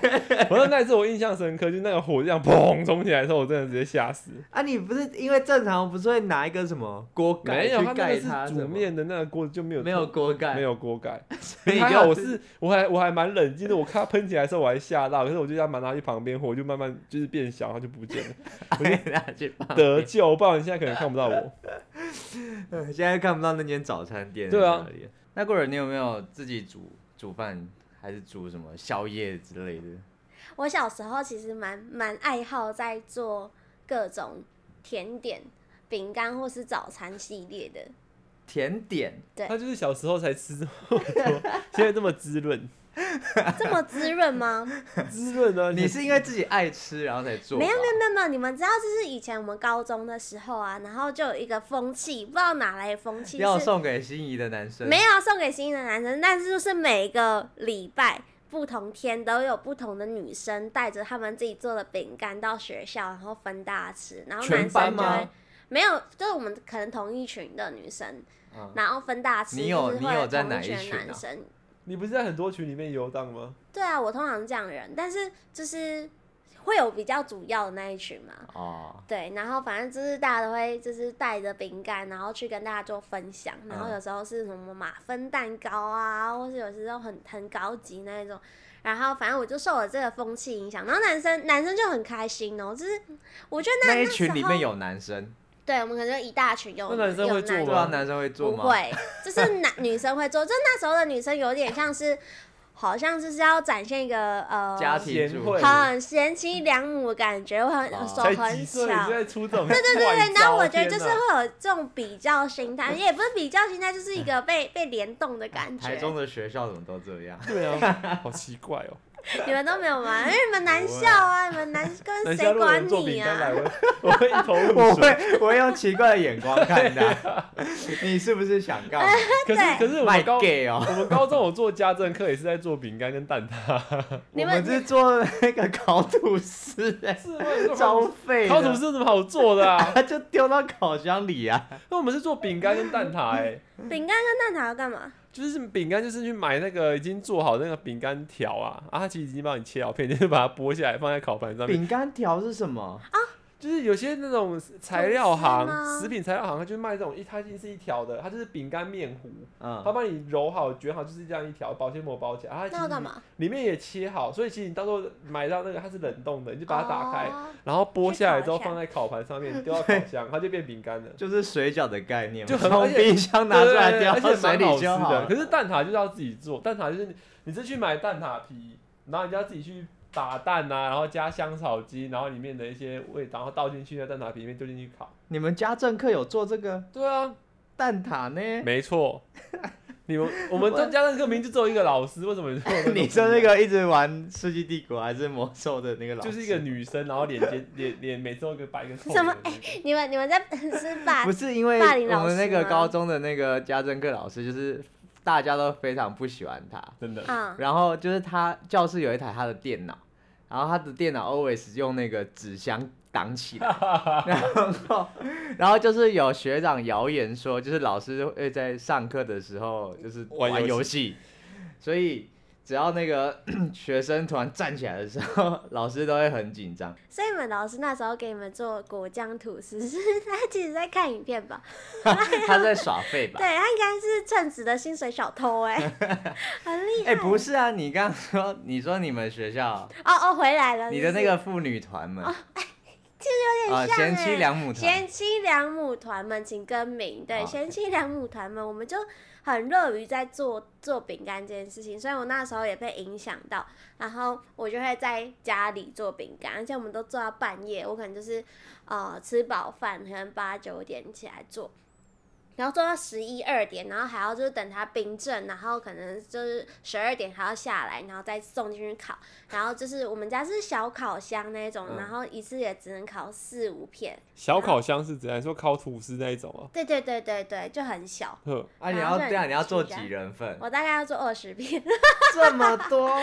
[SPEAKER 1] <laughs> 我说那一次我印象深刻，就是那个火这样砰冲起来的时候，我真的直接吓死。
[SPEAKER 3] 啊，你不是因为正常不是会拿一个什么锅盖
[SPEAKER 1] 没有，
[SPEAKER 3] 去
[SPEAKER 1] 他那
[SPEAKER 3] 盖
[SPEAKER 1] 个
[SPEAKER 3] 它
[SPEAKER 1] 是
[SPEAKER 3] 什
[SPEAKER 1] 煮
[SPEAKER 3] 么？
[SPEAKER 1] 面的那个锅子就没有
[SPEAKER 3] 没有锅盖， <laughs>
[SPEAKER 1] 没，有锅 <laughs> 盖，
[SPEAKER 3] 所以
[SPEAKER 1] 还好
[SPEAKER 3] 就
[SPEAKER 1] 我是我还我还蛮冷静的，我看它喷起来的时候我还吓到，可是我就这样把它拿去旁边，火就慢慢就是变小，它就不见了，我就
[SPEAKER 3] <laughs> 拿去
[SPEAKER 1] <laughs>
[SPEAKER 3] 放。 <laughs>
[SPEAKER 1] 得救，不然你现在可能看不到我。
[SPEAKER 3] 嗯现在看不到那间早餐店。
[SPEAKER 1] 对啊，
[SPEAKER 3] 那过儿你有没有自己煮煮饭，还是煮什么宵夜之类的？
[SPEAKER 2] 我小时候其实蛮蛮爱好在做各种甜点、饼干或是早餐系列的。
[SPEAKER 3] 甜点，
[SPEAKER 2] 对
[SPEAKER 1] 他就是小时候才吃这么多， <laughs> 现在这么滋润，
[SPEAKER 2] 这么滋润吗？
[SPEAKER 1] 滋润啊呢？
[SPEAKER 3] 你是因为自己爱吃然后才 <laughs> 做吧？
[SPEAKER 2] 没有没有没有没有，你们知道，就是以前我们高中的时候啊，然后就有一个风气，不知道哪来的风气
[SPEAKER 3] 要
[SPEAKER 2] 是
[SPEAKER 3] 送给心仪的男生。
[SPEAKER 2] 没有要送给心仪的男生，但是就是每个礼拜不同天都有不同的女生带着他们自己做的饼干到学校，然后分大家吃，然后
[SPEAKER 3] 全
[SPEAKER 2] 男
[SPEAKER 3] 班
[SPEAKER 2] 生就
[SPEAKER 3] 吗
[SPEAKER 2] 会？没有，就是我们可能同一群的女生，
[SPEAKER 3] 嗯
[SPEAKER 2] 然后分大家吃，
[SPEAKER 3] 你有
[SPEAKER 2] 就是
[SPEAKER 3] 哦你有
[SPEAKER 2] 会
[SPEAKER 3] 在
[SPEAKER 2] 同
[SPEAKER 3] 哪一
[SPEAKER 2] 一群
[SPEAKER 3] 群啊
[SPEAKER 2] 的男生，
[SPEAKER 1] 你不是在很多群里面游荡吗？
[SPEAKER 2] 对啊，我通常是这样的人，但是就是会有比较主要的那一群嘛，
[SPEAKER 3] 哦，
[SPEAKER 2] 对，然后反正就是大家都会就是带着饼干，然后去跟大家做分享，然后
[SPEAKER 3] 嗯
[SPEAKER 2] 有时候是什么马芬蛋糕啊，或是有时候很很高级那一种，然后反正我就受了这个风气影响，然后男生男生就很开心哦，就是我觉得那
[SPEAKER 3] 那一
[SPEAKER 2] 时
[SPEAKER 3] 群里
[SPEAKER 2] 候
[SPEAKER 3] 面有男生，
[SPEAKER 2] 对我们可能就一大群有
[SPEAKER 1] 那男生
[SPEAKER 2] 有
[SPEAKER 1] 会做
[SPEAKER 2] 男
[SPEAKER 1] 吗
[SPEAKER 3] 对啊，男生会做
[SPEAKER 2] 不
[SPEAKER 3] 吗？
[SPEAKER 2] 会，就是男女生会做，就那时候的女生有点像是好像就是要展现一个呃
[SPEAKER 3] 家庭
[SPEAKER 1] 贤
[SPEAKER 3] 主
[SPEAKER 1] 惠
[SPEAKER 2] 很贤妻良母的感觉，我很
[SPEAKER 3] 哦
[SPEAKER 2] 手
[SPEAKER 1] 才
[SPEAKER 2] 很
[SPEAKER 1] 几岁，
[SPEAKER 2] 巧
[SPEAKER 1] 现。在出这种对对对
[SPEAKER 2] 对，然后我觉得
[SPEAKER 1] 啊
[SPEAKER 2] 就是会有这种比较心态，也不是比较心态，就是一个被被联动的感
[SPEAKER 3] 台
[SPEAKER 2] <laughs>
[SPEAKER 3] 中
[SPEAKER 2] 觉。
[SPEAKER 3] 的学校怎么都这样？
[SPEAKER 1] 对 <laughs> 啊，好奇怪哦。
[SPEAKER 2] 你们都没
[SPEAKER 1] <laughs>
[SPEAKER 2] 有吗？因哎为你们男校啊，你们男跟
[SPEAKER 1] 等
[SPEAKER 2] 谁
[SPEAKER 1] 下如果有
[SPEAKER 2] 管
[SPEAKER 1] 人做
[SPEAKER 2] 你
[SPEAKER 1] 饼干
[SPEAKER 2] 啊
[SPEAKER 1] 来，？我我会一头
[SPEAKER 3] 我
[SPEAKER 1] 雾水。
[SPEAKER 3] 会， <laughs> 我会用奇怪的眼光看他。你是不是想干嘛？
[SPEAKER 2] 哎
[SPEAKER 1] 可是可是我
[SPEAKER 3] <laughs> 卖
[SPEAKER 1] 们高
[SPEAKER 3] gay 哦？
[SPEAKER 1] 我们高中有做家政课，也是在做饼干跟蛋挞。
[SPEAKER 2] 你
[SPEAKER 3] 我
[SPEAKER 2] 们
[SPEAKER 3] 们是做那个烤吐司，
[SPEAKER 1] <laughs>
[SPEAKER 3] 哎，
[SPEAKER 1] 是吗
[SPEAKER 3] 超废的。
[SPEAKER 1] 烤吐司怎么好做的啊？
[SPEAKER 3] 啊， <laughs> 就丢到烤箱里啊。
[SPEAKER 1] 那我们是做饼干跟蛋挞，哎，
[SPEAKER 2] 饼干跟蛋挞要干嘛？
[SPEAKER 1] 就是饼干就是去买那个已经做好的那个饼干条啊，啊，它其实已经帮你切好片，就是把它剥下来放在烤盘上面。
[SPEAKER 3] 饼干条是什么？
[SPEAKER 1] 就是有些那种材料
[SPEAKER 2] 吐司吗
[SPEAKER 1] 行、食品材料行，它就卖这种一，它就是一条的，它就是饼干面糊，它
[SPEAKER 3] 嗯，
[SPEAKER 1] 帮你揉好、卷好，就是这样一条保鲜膜包起来。啊它
[SPEAKER 2] 那要
[SPEAKER 1] 其实
[SPEAKER 2] 干嘛？
[SPEAKER 1] 里面也切好，所以其实你到时候买到那个它是冷冻的，你就把它打开，
[SPEAKER 2] 哦
[SPEAKER 1] 然后剥下来之后
[SPEAKER 2] 去烤一下
[SPEAKER 1] 放在烤盘上面，丢到烤箱，它就变饼干了。
[SPEAKER 3] 就是水饺的概念嘛，
[SPEAKER 1] 就很而
[SPEAKER 3] 从
[SPEAKER 1] 且
[SPEAKER 3] 冰箱 <laughs> 拿出来
[SPEAKER 1] 对对对
[SPEAKER 3] 丢
[SPEAKER 1] 而
[SPEAKER 3] 到
[SPEAKER 1] 且
[SPEAKER 3] 水
[SPEAKER 1] 蛮
[SPEAKER 3] 里
[SPEAKER 1] 好吃
[SPEAKER 3] 就好
[SPEAKER 1] 的。
[SPEAKER 3] 了
[SPEAKER 1] 可。是蛋挞就是要自己做，蛋挞就是你你是去买蛋挞皮，然后你就要自己去打蛋啊，然后加香草精，然后里面的一些味道，然后倒进去那蛋挞皮里面丢进去烤。
[SPEAKER 3] 你们家政课有做这个
[SPEAKER 1] 对啊，
[SPEAKER 3] 蛋挞呢？
[SPEAKER 1] 没错。你们我
[SPEAKER 3] <laughs>
[SPEAKER 1] 们在家政课名就只有一个老师，为什么你做那种
[SPEAKER 3] 你说那个一直玩《世纪帝国》还是魔兽的那个老师？
[SPEAKER 1] 就是一个女生，然后脸尖脸脸每次都一个白一个臭
[SPEAKER 2] 什
[SPEAKER 1] 脸
[SPEAKER 2] 么哎
[SPEAKER 1] 的那个。
[SPEAKER 2] 你们你们在 <laughs> 是吧
[SPEAKER 3] 不？是因为
[SPEAKER 2] 啊霸凌老
[SPEAKER 3] 我们那
[SPEAKER 2] 师
[SPEAKER 3] 个
[SPEAKER 2] 吗
[SPEAKER 3] 高中的那个家政课老师，就是大家都非常不喜欢他，
[SPEAKER 1] 真的，
[SPEAKER 2] 啊，
[SPEAKER 3] 然后就是他教室有一台他的电脑，然后他的电脑 always 用那个纸箱挡起来，然后 <laughs> 然后就是有学长谣言说，就是老师会在上课的时候就是
[SPEAKER 1] 玩
[SPEAKER 3] 玩
[SPEAKER 1] 游
[SPEAKER 3] 游戏，所以只要那个 <coughs> 学生突然站起来的时候， <laughs> 老师都会很紧张。
[SPEAKER 2] 所以你们老师那时候给你们做果酱吐司，是他其实在看影片
[SPEAKER 1] <laughs>
[SPEAKER 2] 吧？
[SPEAKER 3] 他在耍废吧？
[SPEAKER 2] <laughs> 对他应该是称职的薪水小偷哎、
[SPEAKER 1] <laughs>
[SPEAKER 2] 很厉害。
[SPEAKER 3] 哎、不是啊，你刚刚说你说你们学校
[SPEAKER 2] 哦哦，回来了，
[SPEAKER 3] 你的
[SPEAKER 2] 是不
[SPEAKER 3] 那
[SPEAKER 2] 是
[SPEAKER 3] 个妇女团们，
[SPEAKER 2] 有点
[SPEAKER 3] 啊
[SPEAKER 2] 像、欸
[SPEAKER 3] 贤妻良母团，
[SPEAKER 2] 贤妻良母团们，请更名。对，
[SPEAKER 3] 好
[SPEAKER 2] 贤妻良母团们，我们就很乐于在做做饼干这件事情，所以我那时候也被影响到，然后我就会在家里做饼干，而且我们都做到半夜，我可能就是呃吃饱饭，可能八九点起来做。然后做到十一二点，然后还要就是等它冰镇，然后可能就是十二点还要下来，然后再送进去烤。然后就是我们家是小烤箱那种，
[SPEAKER 3] 嗯
[SPEAKER 2] 然后一次也只能烤四五片，
[SPEAKER 1] 小烤箱是指来说烤吐司那一种啊？
[SPEAKER 2] 对对对对对，就很小。
[SPEAKER 1] 呵，
[SPEAKER 3] 啊，你
[SPEAKER 2] 然
[SPEAKER 3] 要
[SPEAKER 2] 后
[SPEAKER 3] 这
[SPEAKER 2] 再
[SPEAKER 3] 样，你要做
[SPEAKER 2] 出
[SPEAKER 3] 几
[SPEAKER 2] <laughs>
[SPEAKER 3] 人份？
[SPEAKER 2] 我大概要做二十遍， <laughs>
[SPEAKER 3] 这么多？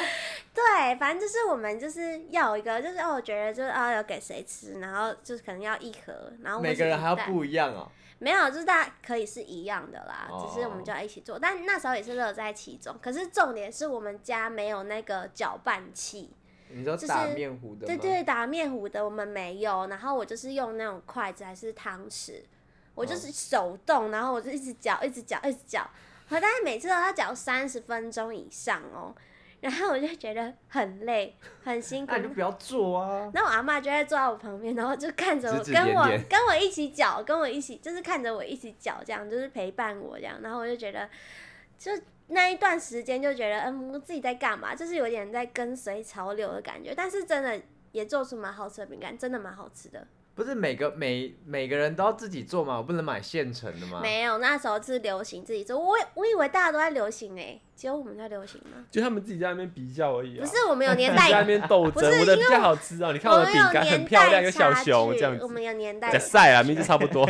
[SPEAKER 2] 对，反正就是我们就是要有一个，就是哦，我觉得就是哦要给谁吃，然后就是可能要一盒，然后或
[SPEAKER 3] 每
[SPEAKER 2] 是
[SPEAKER 3] 个人
[SPEAKER 2] 一
[SPEAKER 3] 还要
[SPEAKER 2] 袋
[SPEAKER 3] 不一样哦。
[SPEAKER 2] 没有，就是大家可以是一样的啦，
[SPEAKER 3] 哦
[SPEAKER 2] 只是我们就要一起做，但那时候也是乐在其中。可是重点是我们家没有那个搅拌器，
[SPEAKER 3] 你说
[SPEAKER 2] 就是
[SPEAKER 3] 打面糊的吗？
[SPEAKER 2] 对对，打面糊的我们没有，然后我就是用那种筷子还是汤匙，我
[SPEAKER 3] 哦
[SPEAKER 2] 就是手动，然后我就一直搅，一直搅，一直搅，我大概每次都要搅三十分钟以上哦，然后我就觉得很累，很辛
[SPEAKER 3] <laughs>
[SPEAKER 2] 苦
[SPEAKER 3] 那。你就不要做啊。
[SPEAKER 2] 那我阿妈就会坐在我旁边，然后就看着我，
[SPEAKER 3] 指指
[SPEAKER 2] 跟
[SPEAKER 3] 点
[SPEAKER 2] 我
[SPEAKER 3] 点
[SPEAKER 2] 跟我一起搅，跟我一起就是看着我一起搅，这样就是陪伴我这样。然后我就觉得，就那一段时间就觉得，嗯，我自己在干嘛？就是有点在跟随潮流的感觉。但是真的也做出蛮好吃的饼干，真的蛮好吃的。
[SPEAKER 3] 不是每个每每个人都要自己做吗？我不能买现成的吗？
[SPEAKER 2] 没有，那时候是流行自己做，我以我以为大家都在流行诶、欸只有我们在流行吗？
[SPEAKER 1] 就他们自己在那边比较而已、啊。
[SPEAKER 2] 不是，我
[SPEAKER 1] <laughs>
[SPEAKER 2] 们有年
[SPEAKER 1] 在那
[SPEAKER 2] 代，
[SPEAKER 1] 边斗
[SPEAKER 2] 不
[SPEAKER 1] 争
[SPEAKER 2] 是，
[SPEAKER 1] 我的比较好吃哦、你看
[SPEAKER 2] 我
[SPEAKER 1] 我的
[SPEAKER 2] 们
[SPEAKER 1] 饼
[SPEAKER 2] 有
[SPEAKER 1] 干很
[SPEAKER 2] 年
[SPEAKER 1] 漂亮，
[SPEAKER 2] 代
[SPEAKER 1] 有
[SPEAKER 2] 差
[SPEAKER 1] 小
[SPEAKER 2] 距，
[SPEAKER 1] 熊这样
[SPEAKER 2] 我
[SPEAKER 1] 子。
[SPEAKER 2] 们有年代
[SPEAKER 1] 在晒啊，名字差不
[SPEAKER 2] <laughs>
[SPEAKER 1] 多。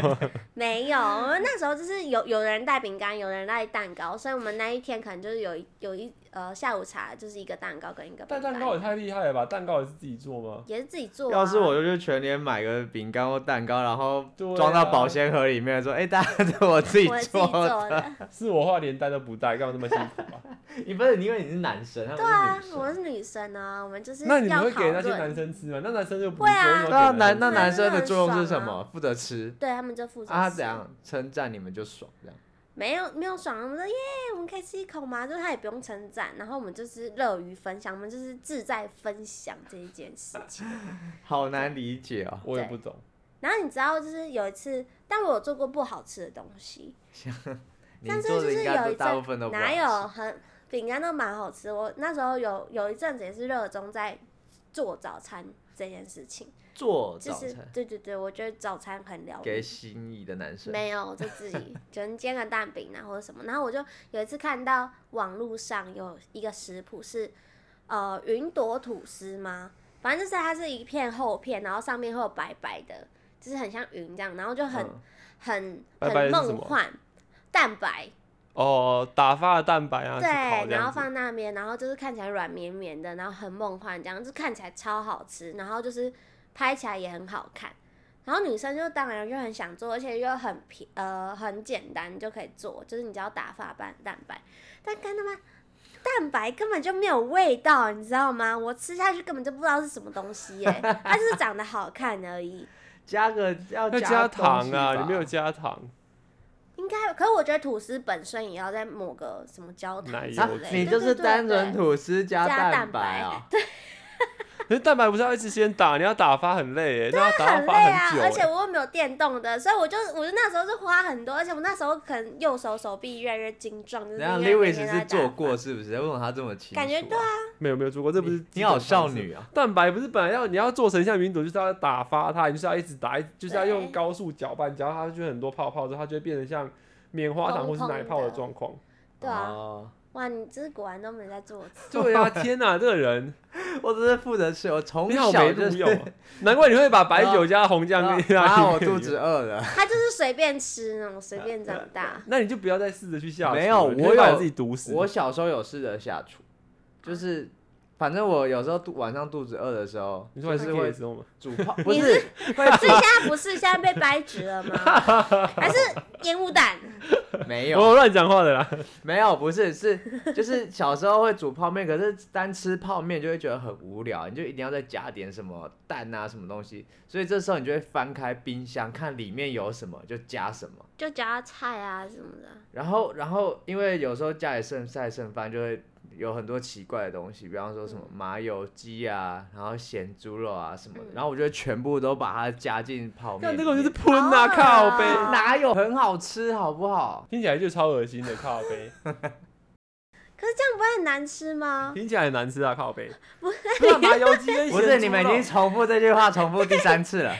[SPEAKER 2] 没有，我们那时候就是有有人带饼干，有人带蛋糕，所以我们那一天可能就是有一有一呃下午茶就是一个蛋糕跟一个饼
[SPEAKER 1] 但
[SPEAKER 2] 干。
[SPEAKER 1] 蛋糕也太厉害了吧？蛋糕也是自己做吗？
[SPEAKER 2] 也是自己做、啊。
[SPEAKER 3] 要是我就去全年买个饼干或蛋糕，然后
[SPEAKER 1] 对啊
[SPEAKER 3] 装到保鲜盒里面，说：“哎、大家都我自己
[SPEAKER 2] 啊 <laughs> 我自己
[SPEAKER 3] 做。
[SPEAKER 1] <laughs>
[SPEAKER 2] 做的，
[SPEAKER 1] 是我话连带都不带，干嘛那么辛苦啊？
[SPEAKER 3] 你不是因为你是男生，他
[SPEAKER 2] 对啊
[SPEAKER 3] 们是，女
[SPEAKER 2] 我
[SPEAKER 3] 生。
[SPEAKER 2] 是女生啊，我们 <laughs> 就是
[SPEAKER 1] 那你们
[SPEAKER 2] 要
[SPEAKER 1] 会
[SPEAKER 2] 讨
[SPEAKER 1] 给那些男
[SPEAKER 2] 论，
[SPEAKER 1] 生吃吗？那男生就不
[SPEAKER 2] 会啊
[SPEAKER 1] 不会
[SPEAKER 3] 对啊，
[SPEAKER 1] 给
[SPEAKER 3] 男那
[SPEAKER 1] 生吃
[SPEAKER 3] 男生的作用是什
[SPEAKER 2] 男生很爽
[SPEAKER 3] 么？负责吃
[SPEAKER 2] 对他们就负责
[SPEAKER 3] 啊，
[SPEAKER 2] 吃
[SPEAKER 3] 怎样称赞你们就爽这样。
[SPEAKER 2] 没有没有爽，我们说耶，我们可以吃一口吗？就是他也不用称赞，然后我们就是乐于分享，我们就是志在分享这一件事情。
[SPEAKER 3] 好难理解哦。
[SPEAKER 1] 我也不懂。
[SPEAKER 2] 然后你知道，就是有一次，但我有做过不好吃的东西，
[SPEAKER 3] 你
[SPEAKER 2] 但是
[SPEAKER 3] 做
[SPEAKER 2] 就
[SPEAKER 3] 的
[SPEAKER 2] 是
[SPEAKER 3] 应
[SPEAKER 2] 有
[SPEAKER 3] 该
[SPEAKER 2] 一
[SPEAKER 3] 都大部分都
[SPEAKER 2] 阵
[SPEAKER 3] 不好
[SPEAKER 2] 哪
[SPEAKER 3] 吃
[SPEAKER 2] 有很饼干都蛮好吃。我那时候有有一阵子也是热衷在做早餐这件事情，
[SPEAKER 3] 做
[SPEAKER 2] 就
[SPEAKER 3] 早
[SPEAKER 2] 是
[SPEAKER 3] 餐
[SPEAKER 2] 对对对，我觉得早餐很疗
[SPEAKER 3] 给
[SPEAKER 2] 愈。
[SPEAKER 3] 心仪的男生。
[SPEAKER 2] 没有，我就自己可能煎个蛋饼啊或者什么。然后我就有一次看到网络上有一个食谱是呃云朵吐司吗？反正就是它是一片厚片，然后上面会有白白的，就是很像云这样，然后就很、
[SPEAKER 3] 嗯
[SPEAKER 2] 很
[SPEAKER 1] 白白的
[SPEAKER 2] 很
[SPEAKER 1] 是什
[SPEAKER 2] 梦
[SPEAKER 1] 么
[SPEAKER 2] 幻，蛋白。
[SPEAKER 1] 哦，打发的蛋白啊，去烤
[SPEAKER 2] 对，
[SPEAKER 1] 这
[SPEAKER 2] 然后
[SPEAKER 1] 样子。
[SPEAKER 2] 放那边，然后就是看起来软绵绵的，然后很梦幻，这样就看起来超好吃，然后就是拍起来也很好看。然后女生就当然就很想做，而且又很平呃很简单就可以做，就是你只要打发蛋蛋白，但干他妈蛋白根本就没有味道，你知道吗？我吃下去根本就不知道是什么东西耶、它就是长得好看而已。
[SPEAKER 3] 加个要
[SPEAKER 1] 要加
[SPEAKER 3] 东
[SPEAKER 1] 糖
[SPEAKER 3] 西
[SPEAKER 1] 啊，
[SPEAKER 3] 吧
[SPEAKER 1] 你没有加糖，
[SPEAKER 2] 应该，可是我觉得吐司本身也要再抹个什么焦糖
[SPEAKER 1] 奶
[SPEAKER 2] 之
[SPEAKER 1] 油
[SPEAKER 3] 啊
[SPEAKER 1] 之
[SPEAKER 2] 类的，
[SPEAKER 3] 你就是
[SPEAKER 2] 对对对
[SPEAKER 3] 单纯吐司加
[SPEAKER 2] 加蛋
[SPEAKER 3] 蛋白
[SPEAKER 2] <laughs>
[SPEAKER 3] 啊？
[SPEAKER 1] 可是蛋白不是要一直先打，你要打发很累哎，那要打
[SPEAKER 2] 很
[SPEAKER 1] 发
[SPEAKER 2] 累啊，
[SPEAKER 1] 久
[SPEAKER 2] 而且
[SPEAKER 1] 欸。
[SPEAKER 2] 我又没有电动的，所以我就我就那时候是花很多，而且我那时候可能右手手臂越来越精壮，就是
[SPEAKER 3] 然后
[SPEAKER 2] 因为每
[SPEAKER 3] Lewis
[SPEAKER 2] 天都在
[SPEAKER 3] 是
[SPEAKER 2] 打
[SPEAKER 3] 做
[SPEAKER 2] 饭
[SPEAKER 3] 过是不是？为什么他这么清楚啊？
[SPEAKER 2] 感觉对啊，
[SPEAKER 1] 没有没有做过，这不是
[SPEAKER 3] 你你好少女啊！
[SPEAKER 1] 蛋白不是本来要你要做成像云朵，就是要打发它，你就是要一直打，一直就是要用高速搅拌，搅到它就很多泡泡之后，它就会变成像棉花糖或是奶泡的状况。
[SPEAKER 2] 对啊
[SPEAKER 3] 哦
[SPEAKER 2] 哇，你这果然都没在
[SPEAKER 3] <laughs>
[SPEAKER 2] 做，
[SPEAKER 1] 对啊，天哪，这个人
[SPEAKER 3] 我只是负责吃，我从
[SPEAKER 1] 你好
[SPEAKER 3] 小
[SPEAKER 1] 没
[SPEAKER 3] 就
[SPEAKER 1] 录
[SPEAKER 3] 是
[SPEAKER 1] 用
[SPEAKER 3] <laughs>
[SPEAKER 1] 啊！难怪你会把白酒加红酱
[SPEAKER 3] 啊
[SPEAKER 1] 给他
[SPEAKER 3] 啊，我肚子。饿了。
[SPEAKER 2] 他就是随便吃那种，随便长
[SPEAKER 3] <laughs>
[SPEAKER 2] 大。
[SPEAKER 1] 那你就不要再试着去下厨了，
[SPEAKER 3] 没有
[SPEAKER 1] 你
[SPEAKER 3] 我
[SPEAKER 1] 会把
[SPEAKER 3] 有
[SPEAKER 1] 自己毒死。
[SPEAKER 3] 我小时候有试着下厨，就是反正我有时候肚晚上肚子饿的时候，
[SPEAKER 1] 你说
[SPEAKER 3] 就
[SPEAKER 1] 还
[SPEAKER 3] 是
[SPEAKER 1] 是会
[SPEAKER 3] 会
[SPEAKER 1] 知道吗？
[SPEAKER 3] 煮泡，不
[SPEAKER 2] 你
[SPEAKER 3] 是
[SPEAKER 1] <laughs>
[SPEAKER 3] 会
[SPEAKER 2] 是现在不是现在被掰直了吗？还
[SPEAKER 3] <laughs>
[SPEAKER 2] 是烟雾弹？
[SPEAKER 3] 没有
[SPEAKER 1] 我乱讲话的啦。
[SPEAKER 3] <laughs> 没有，不是是就是小时候会煮泡面，可是单吃泡面就会觉得很无聊，你就一定要再加点什么蛋啊什么东西，所以这时候你就会翻开冰箱看里面有什么就加什么。
[SPEAKER 2] 就夹菜啊什么的。
[SPEAKER 3] 然后，然后因为有时候家里剩菜剩饭，就会有很多奇怪的东西，比方说什么麻油鸡啊，然后咸猪肉啊什么的，
[SPEAKER 2] 嗯
[SPEAKER 3] 然后我就会全部都把它加进泡面
[SPEAKER 1] 看
[SPEAKER 3] 里面。
[SPEAKER 1] 这个就是喷啊，
[SPEAKER 2] 好恶
[SPEAKER 1] 靠背，
[SPEAKER 2] 啊
[SPEAKER 3] 哪有很好吃，好不好？
[SPEAKER 1] 听起来就超恶心的靠背，
[SPEAKER 2] 可是这样不会很难吃吗？
[SPEAKER 1] <laughs> 听起来很难吃啊靠背。
[SPEAKER 2] 不
[SPEAKER 1] 是麻油鸡跟咸
[SPEAKER 3] 不是，你
[SPEAKER 1] 猪
[SPEAKER 3] 们已
[SPEAKER 1] 肉
[SPEAKER 3] 经重复这句话重复第三次了。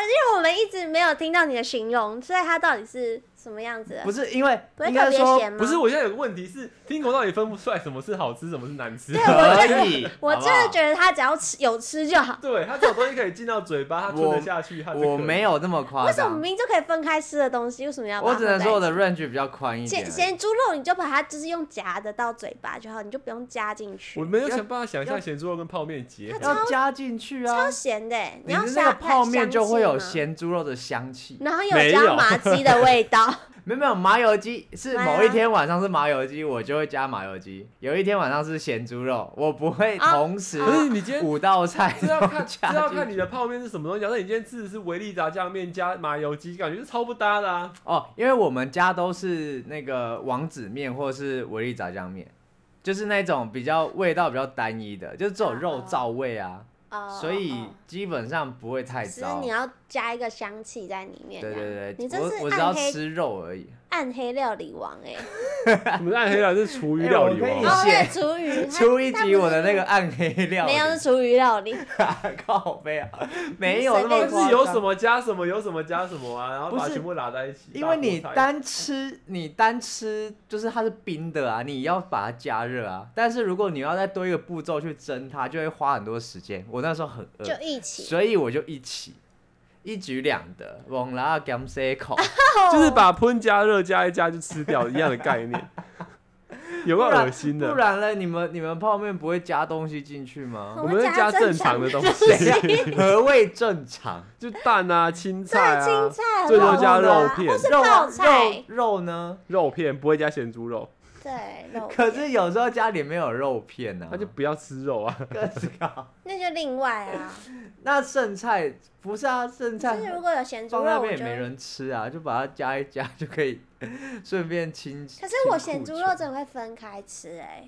[SPEAKER 2] 因为我们一直没有听到你的形容，所以它到底是什么样子的
[SPEAKER 3] 不？是因为
[SPEAKER 2] 不会
[SPEAKER 3] 应
[SPEAKER 2] 特
[SPEAKER 3] 该
[SPEAKER 2] 别
[SPEAKER 3] 说
[SPEAKER 2] 咸吗？
[SPEAKER 1] 不是，我现在有个问题是，听狗到底分不出来什么是好吃，什么是难吃。
[SPEAKER 2] 对
[SPEAKER 3] 可以，
[SPEAKER 2] 我真的
[SPEAKER 3] 得
[SPEAKER 2] 觉得它只要吃有吃就好。
[SPEAKER 1] 对，它这种东西可以进到嘴巴，它吞得下去，它就
[SPEAKER 3] 我
[SPEAKER 1] 可以 <laughs>
[SPEAKER 3] 没有那么夸
[SPEAKER 2] 为什么啊
[SPEAKER 3] 张
[SPEAKER 2] 明，明就可以分开吃的东西，为什么要把它
[SPEAKER 3] 啊我只能
[SPEAKER 2] 放在
[SPEAKER 3] 说我的
[SPEAKER 2] 一
[SPEAKER 3] range 比较宽一
[SPEAKER 2] 起
[SPEAKER 3] 点
[SPEAKER 2] 咸。咸猪肉，你就把它就是用夹的到嘴巴就好，你就不用加进去
[SPEAKER 1] 我。没有想办法想象咸猪肉跟泡面结合。
[SPEAKER 3] 要加进去啊！
[SPEAKER 2] 超咸的欸，你
[SPEAKER 3] 你
[SPEAKER 2] 要
[SPEAKER 3] 是
[SPEAKER 2] 下
[SPEAKER 3] 那个泡面就会有，
[SPEAKER 2] 香气吗
[SPEAKER 3] 咸猪肉的香气。
[SPEAKER 2] 然后
[SPEAKER 1] 没
[SPEAKER 2] 有
[SPEAKER 1] 有
[SPEAKER 2] 加麻鸡的味道。
[SPEAKER 3] 没有没有，麻油鸡是
[SPEAKER 2] 麻
[SPEAKER 3] 某一
[SPEAKER 2] 油
[SPEAKER 3] 天晚上是麻油鸡，我就会加麻油鸡；有一天晚上是咸猪肉，我不会
[SPEAKER 2] 啊
[SPEAKER 3] 同时
[SPEAKER 1] 可是你今天
[SPEAKER 3] 五道菜
[SPEAKER 1] 这
[SPEAKER 3] 都
[SPEAKER 1] 要 <laughs> 看，
[SPEAKER 3] 加
[SPEAKER 1] 这要
[SPEAKER 3] 进去
[SPEAKER 1] 看你的泡面是什么东西。假设你今天吃的是维力炸酱面加麻油鸡，感觉是超不搭的 <laughs> 啊。
[SPEAKER 3] 哦，因为我们家都是那个王子面或是维力炸酱面，就是那种比较味道比较单一的，就是只有肉燥味啊，
[SPEAKER 2] 哦 <laughs>
[SPEAKER 3] 所以
[SPEAKER 2] 哦
[SPEAKER 3] 基本上不会太
[SPEAKER 2] 只是
[SPEAKER 3] 糟
[SPEAKER 2] 你。要加一个香气在里面。
[SPEAKER 3] 对
[SPEAKER 2] 这样
[SPEAKER 3] 对
[SPEAKER 2] 你
[SPEAKER 3] 对，
[SPEAKER 2] 这
[SPEAKER 3] 我
[SPEAKER 2] 是
[SPEAKER 3] 我只要
[SPEAKER 2] 暗黑
[SPEAKER 3] 吃肉而已。
[SPEAKER 2] 暗黑料理王哎，
[SPEAKER 1] 我们暗黑料理是厨余料理
[SPEAKER 3] 哎我可以
[SPEAKER 1] 王
[SPEAKER 2] 哦，
[SPEAKER 3] 哦，
[SPEAKER 2] 对，厨余，它
[SPEAKER 3] 出一
[SPEAKER 2] 它
[SPEAKER 3] 集
[SPEAKER 2] 不
[SPEAKER 3] 我
[SPEAKER 2] 是
[SPEAKER 3] 的
[SPEAKER 2] <laughs>
[SPEAKER 3] 那个暗黑料理，
[SPEAKER 2] 没有是厨余料理，
[SPEAKER 3] 靠背啊，
[SPEAKER 2] <laughs>
[SPEAKER 3] 没有那么
[SPEAKER 1] 但
[SPEAKER 3] 夸
[SPEAKER 1] 是
[SPEAKER 3] 张
[SPEAKER 1] 有什么加什么，有什么加什么啊，然后
[SPEAKER 3] 不
[SPEAKER 1] 把
[SPEAKER 3] 是
[SPEAKER 1] 全部拉在一起。
[SPEAKER 3] 因为你
[SPEAKER 1] 大锅菜
[SPEAKER 3] 单吃，你单吃就是它是冰的啊，你要把它加热啊。但是如果你要再多一个步骤去蒸它，就会花很多时间。我那时候很
[SPEAKER 2] 就
[SPEAKER 3] 饿，
[SPEAKER 2] 一起。
[SPEAKER 3] 所以我就一起一举两得，往拉甘塞
[SPEAKER 2] <laughs>
[SPEAKER 3] 口，
[SPEAKER 1] 就是把喷加热加一加就吃掉一样的概念，有
[SPEAKER 3] 不
[SPEAKER 1] 个
[SPEAKER 3] 然
[SPEAKER 1] 恶心的
[SPEAKER 3] 不。然呢？你们你们泡面不会加东西进去吗？
[SPEAKER 1] 我们会加正常的东 <laughs>
[SPEAKER 2] 我们
[SPEAKER 1] 西
[SPEAKER 2] 加，
[SPEAKER 3] 何谓
[SPEAKER 2] <laughs>
[SPEAKER 3] 正常？
[SPEAKER 1] 就蛋啊、青
[SPEAKER 2] 这
[SPEAKER 1] 菜
[SPEAKER 2] 青
[SPEAKER 1] 啊、
[SPEAKER 2] 菜
[SPEAKER 1] 最
[SPEAKER 2] 很
[SPEAKER 1] 多
[SPEAKER 2] 好
[SPEAKER 1] 加
[SPEAKER 2] 吃
[SPEAKER 1] 肉
[SPEAKER 2] 啊
[SPEAKER 1] 片
[SPEAKER 2] 或是
[SPEAKER 3] 肉啊
[SPEAKER 2] 泡菜
[SPEAKER 3] 肉，肉呢？
[SPEAKER 1] 肉片，不会加咸猪肉，
[SPEAKER 2] 对，肉
[SPEAKER 3] 可
[SPEAKER 2] 片
[SPEAKER 3] 是有时候家里没有肉片呢、啊，
[SPEAKER 1] 那
[SPEAKER 3] <laughs>
[SPEAKER 1] 就不要吃肉啊。
[SPEAKER 3] 更搞。
[SPEAKER 2] 那就另外啊，
[SPEAKER 3] 嗯那剩菜不是啊，剩菜
[SPEAKER 2] 就是如果有咸猪
[SPEAKER 3] 放那
[SPEAKER 2] 肉，我
[SPEAKER 3] 边
[SPEAKER 2] 就
[SPEAKER 3] 也没人吃啊，就把它加一加就可以 <laughs> 顺便清。
[SPEAKER 2] 可是我咸猪肉真的会分开吃、哎，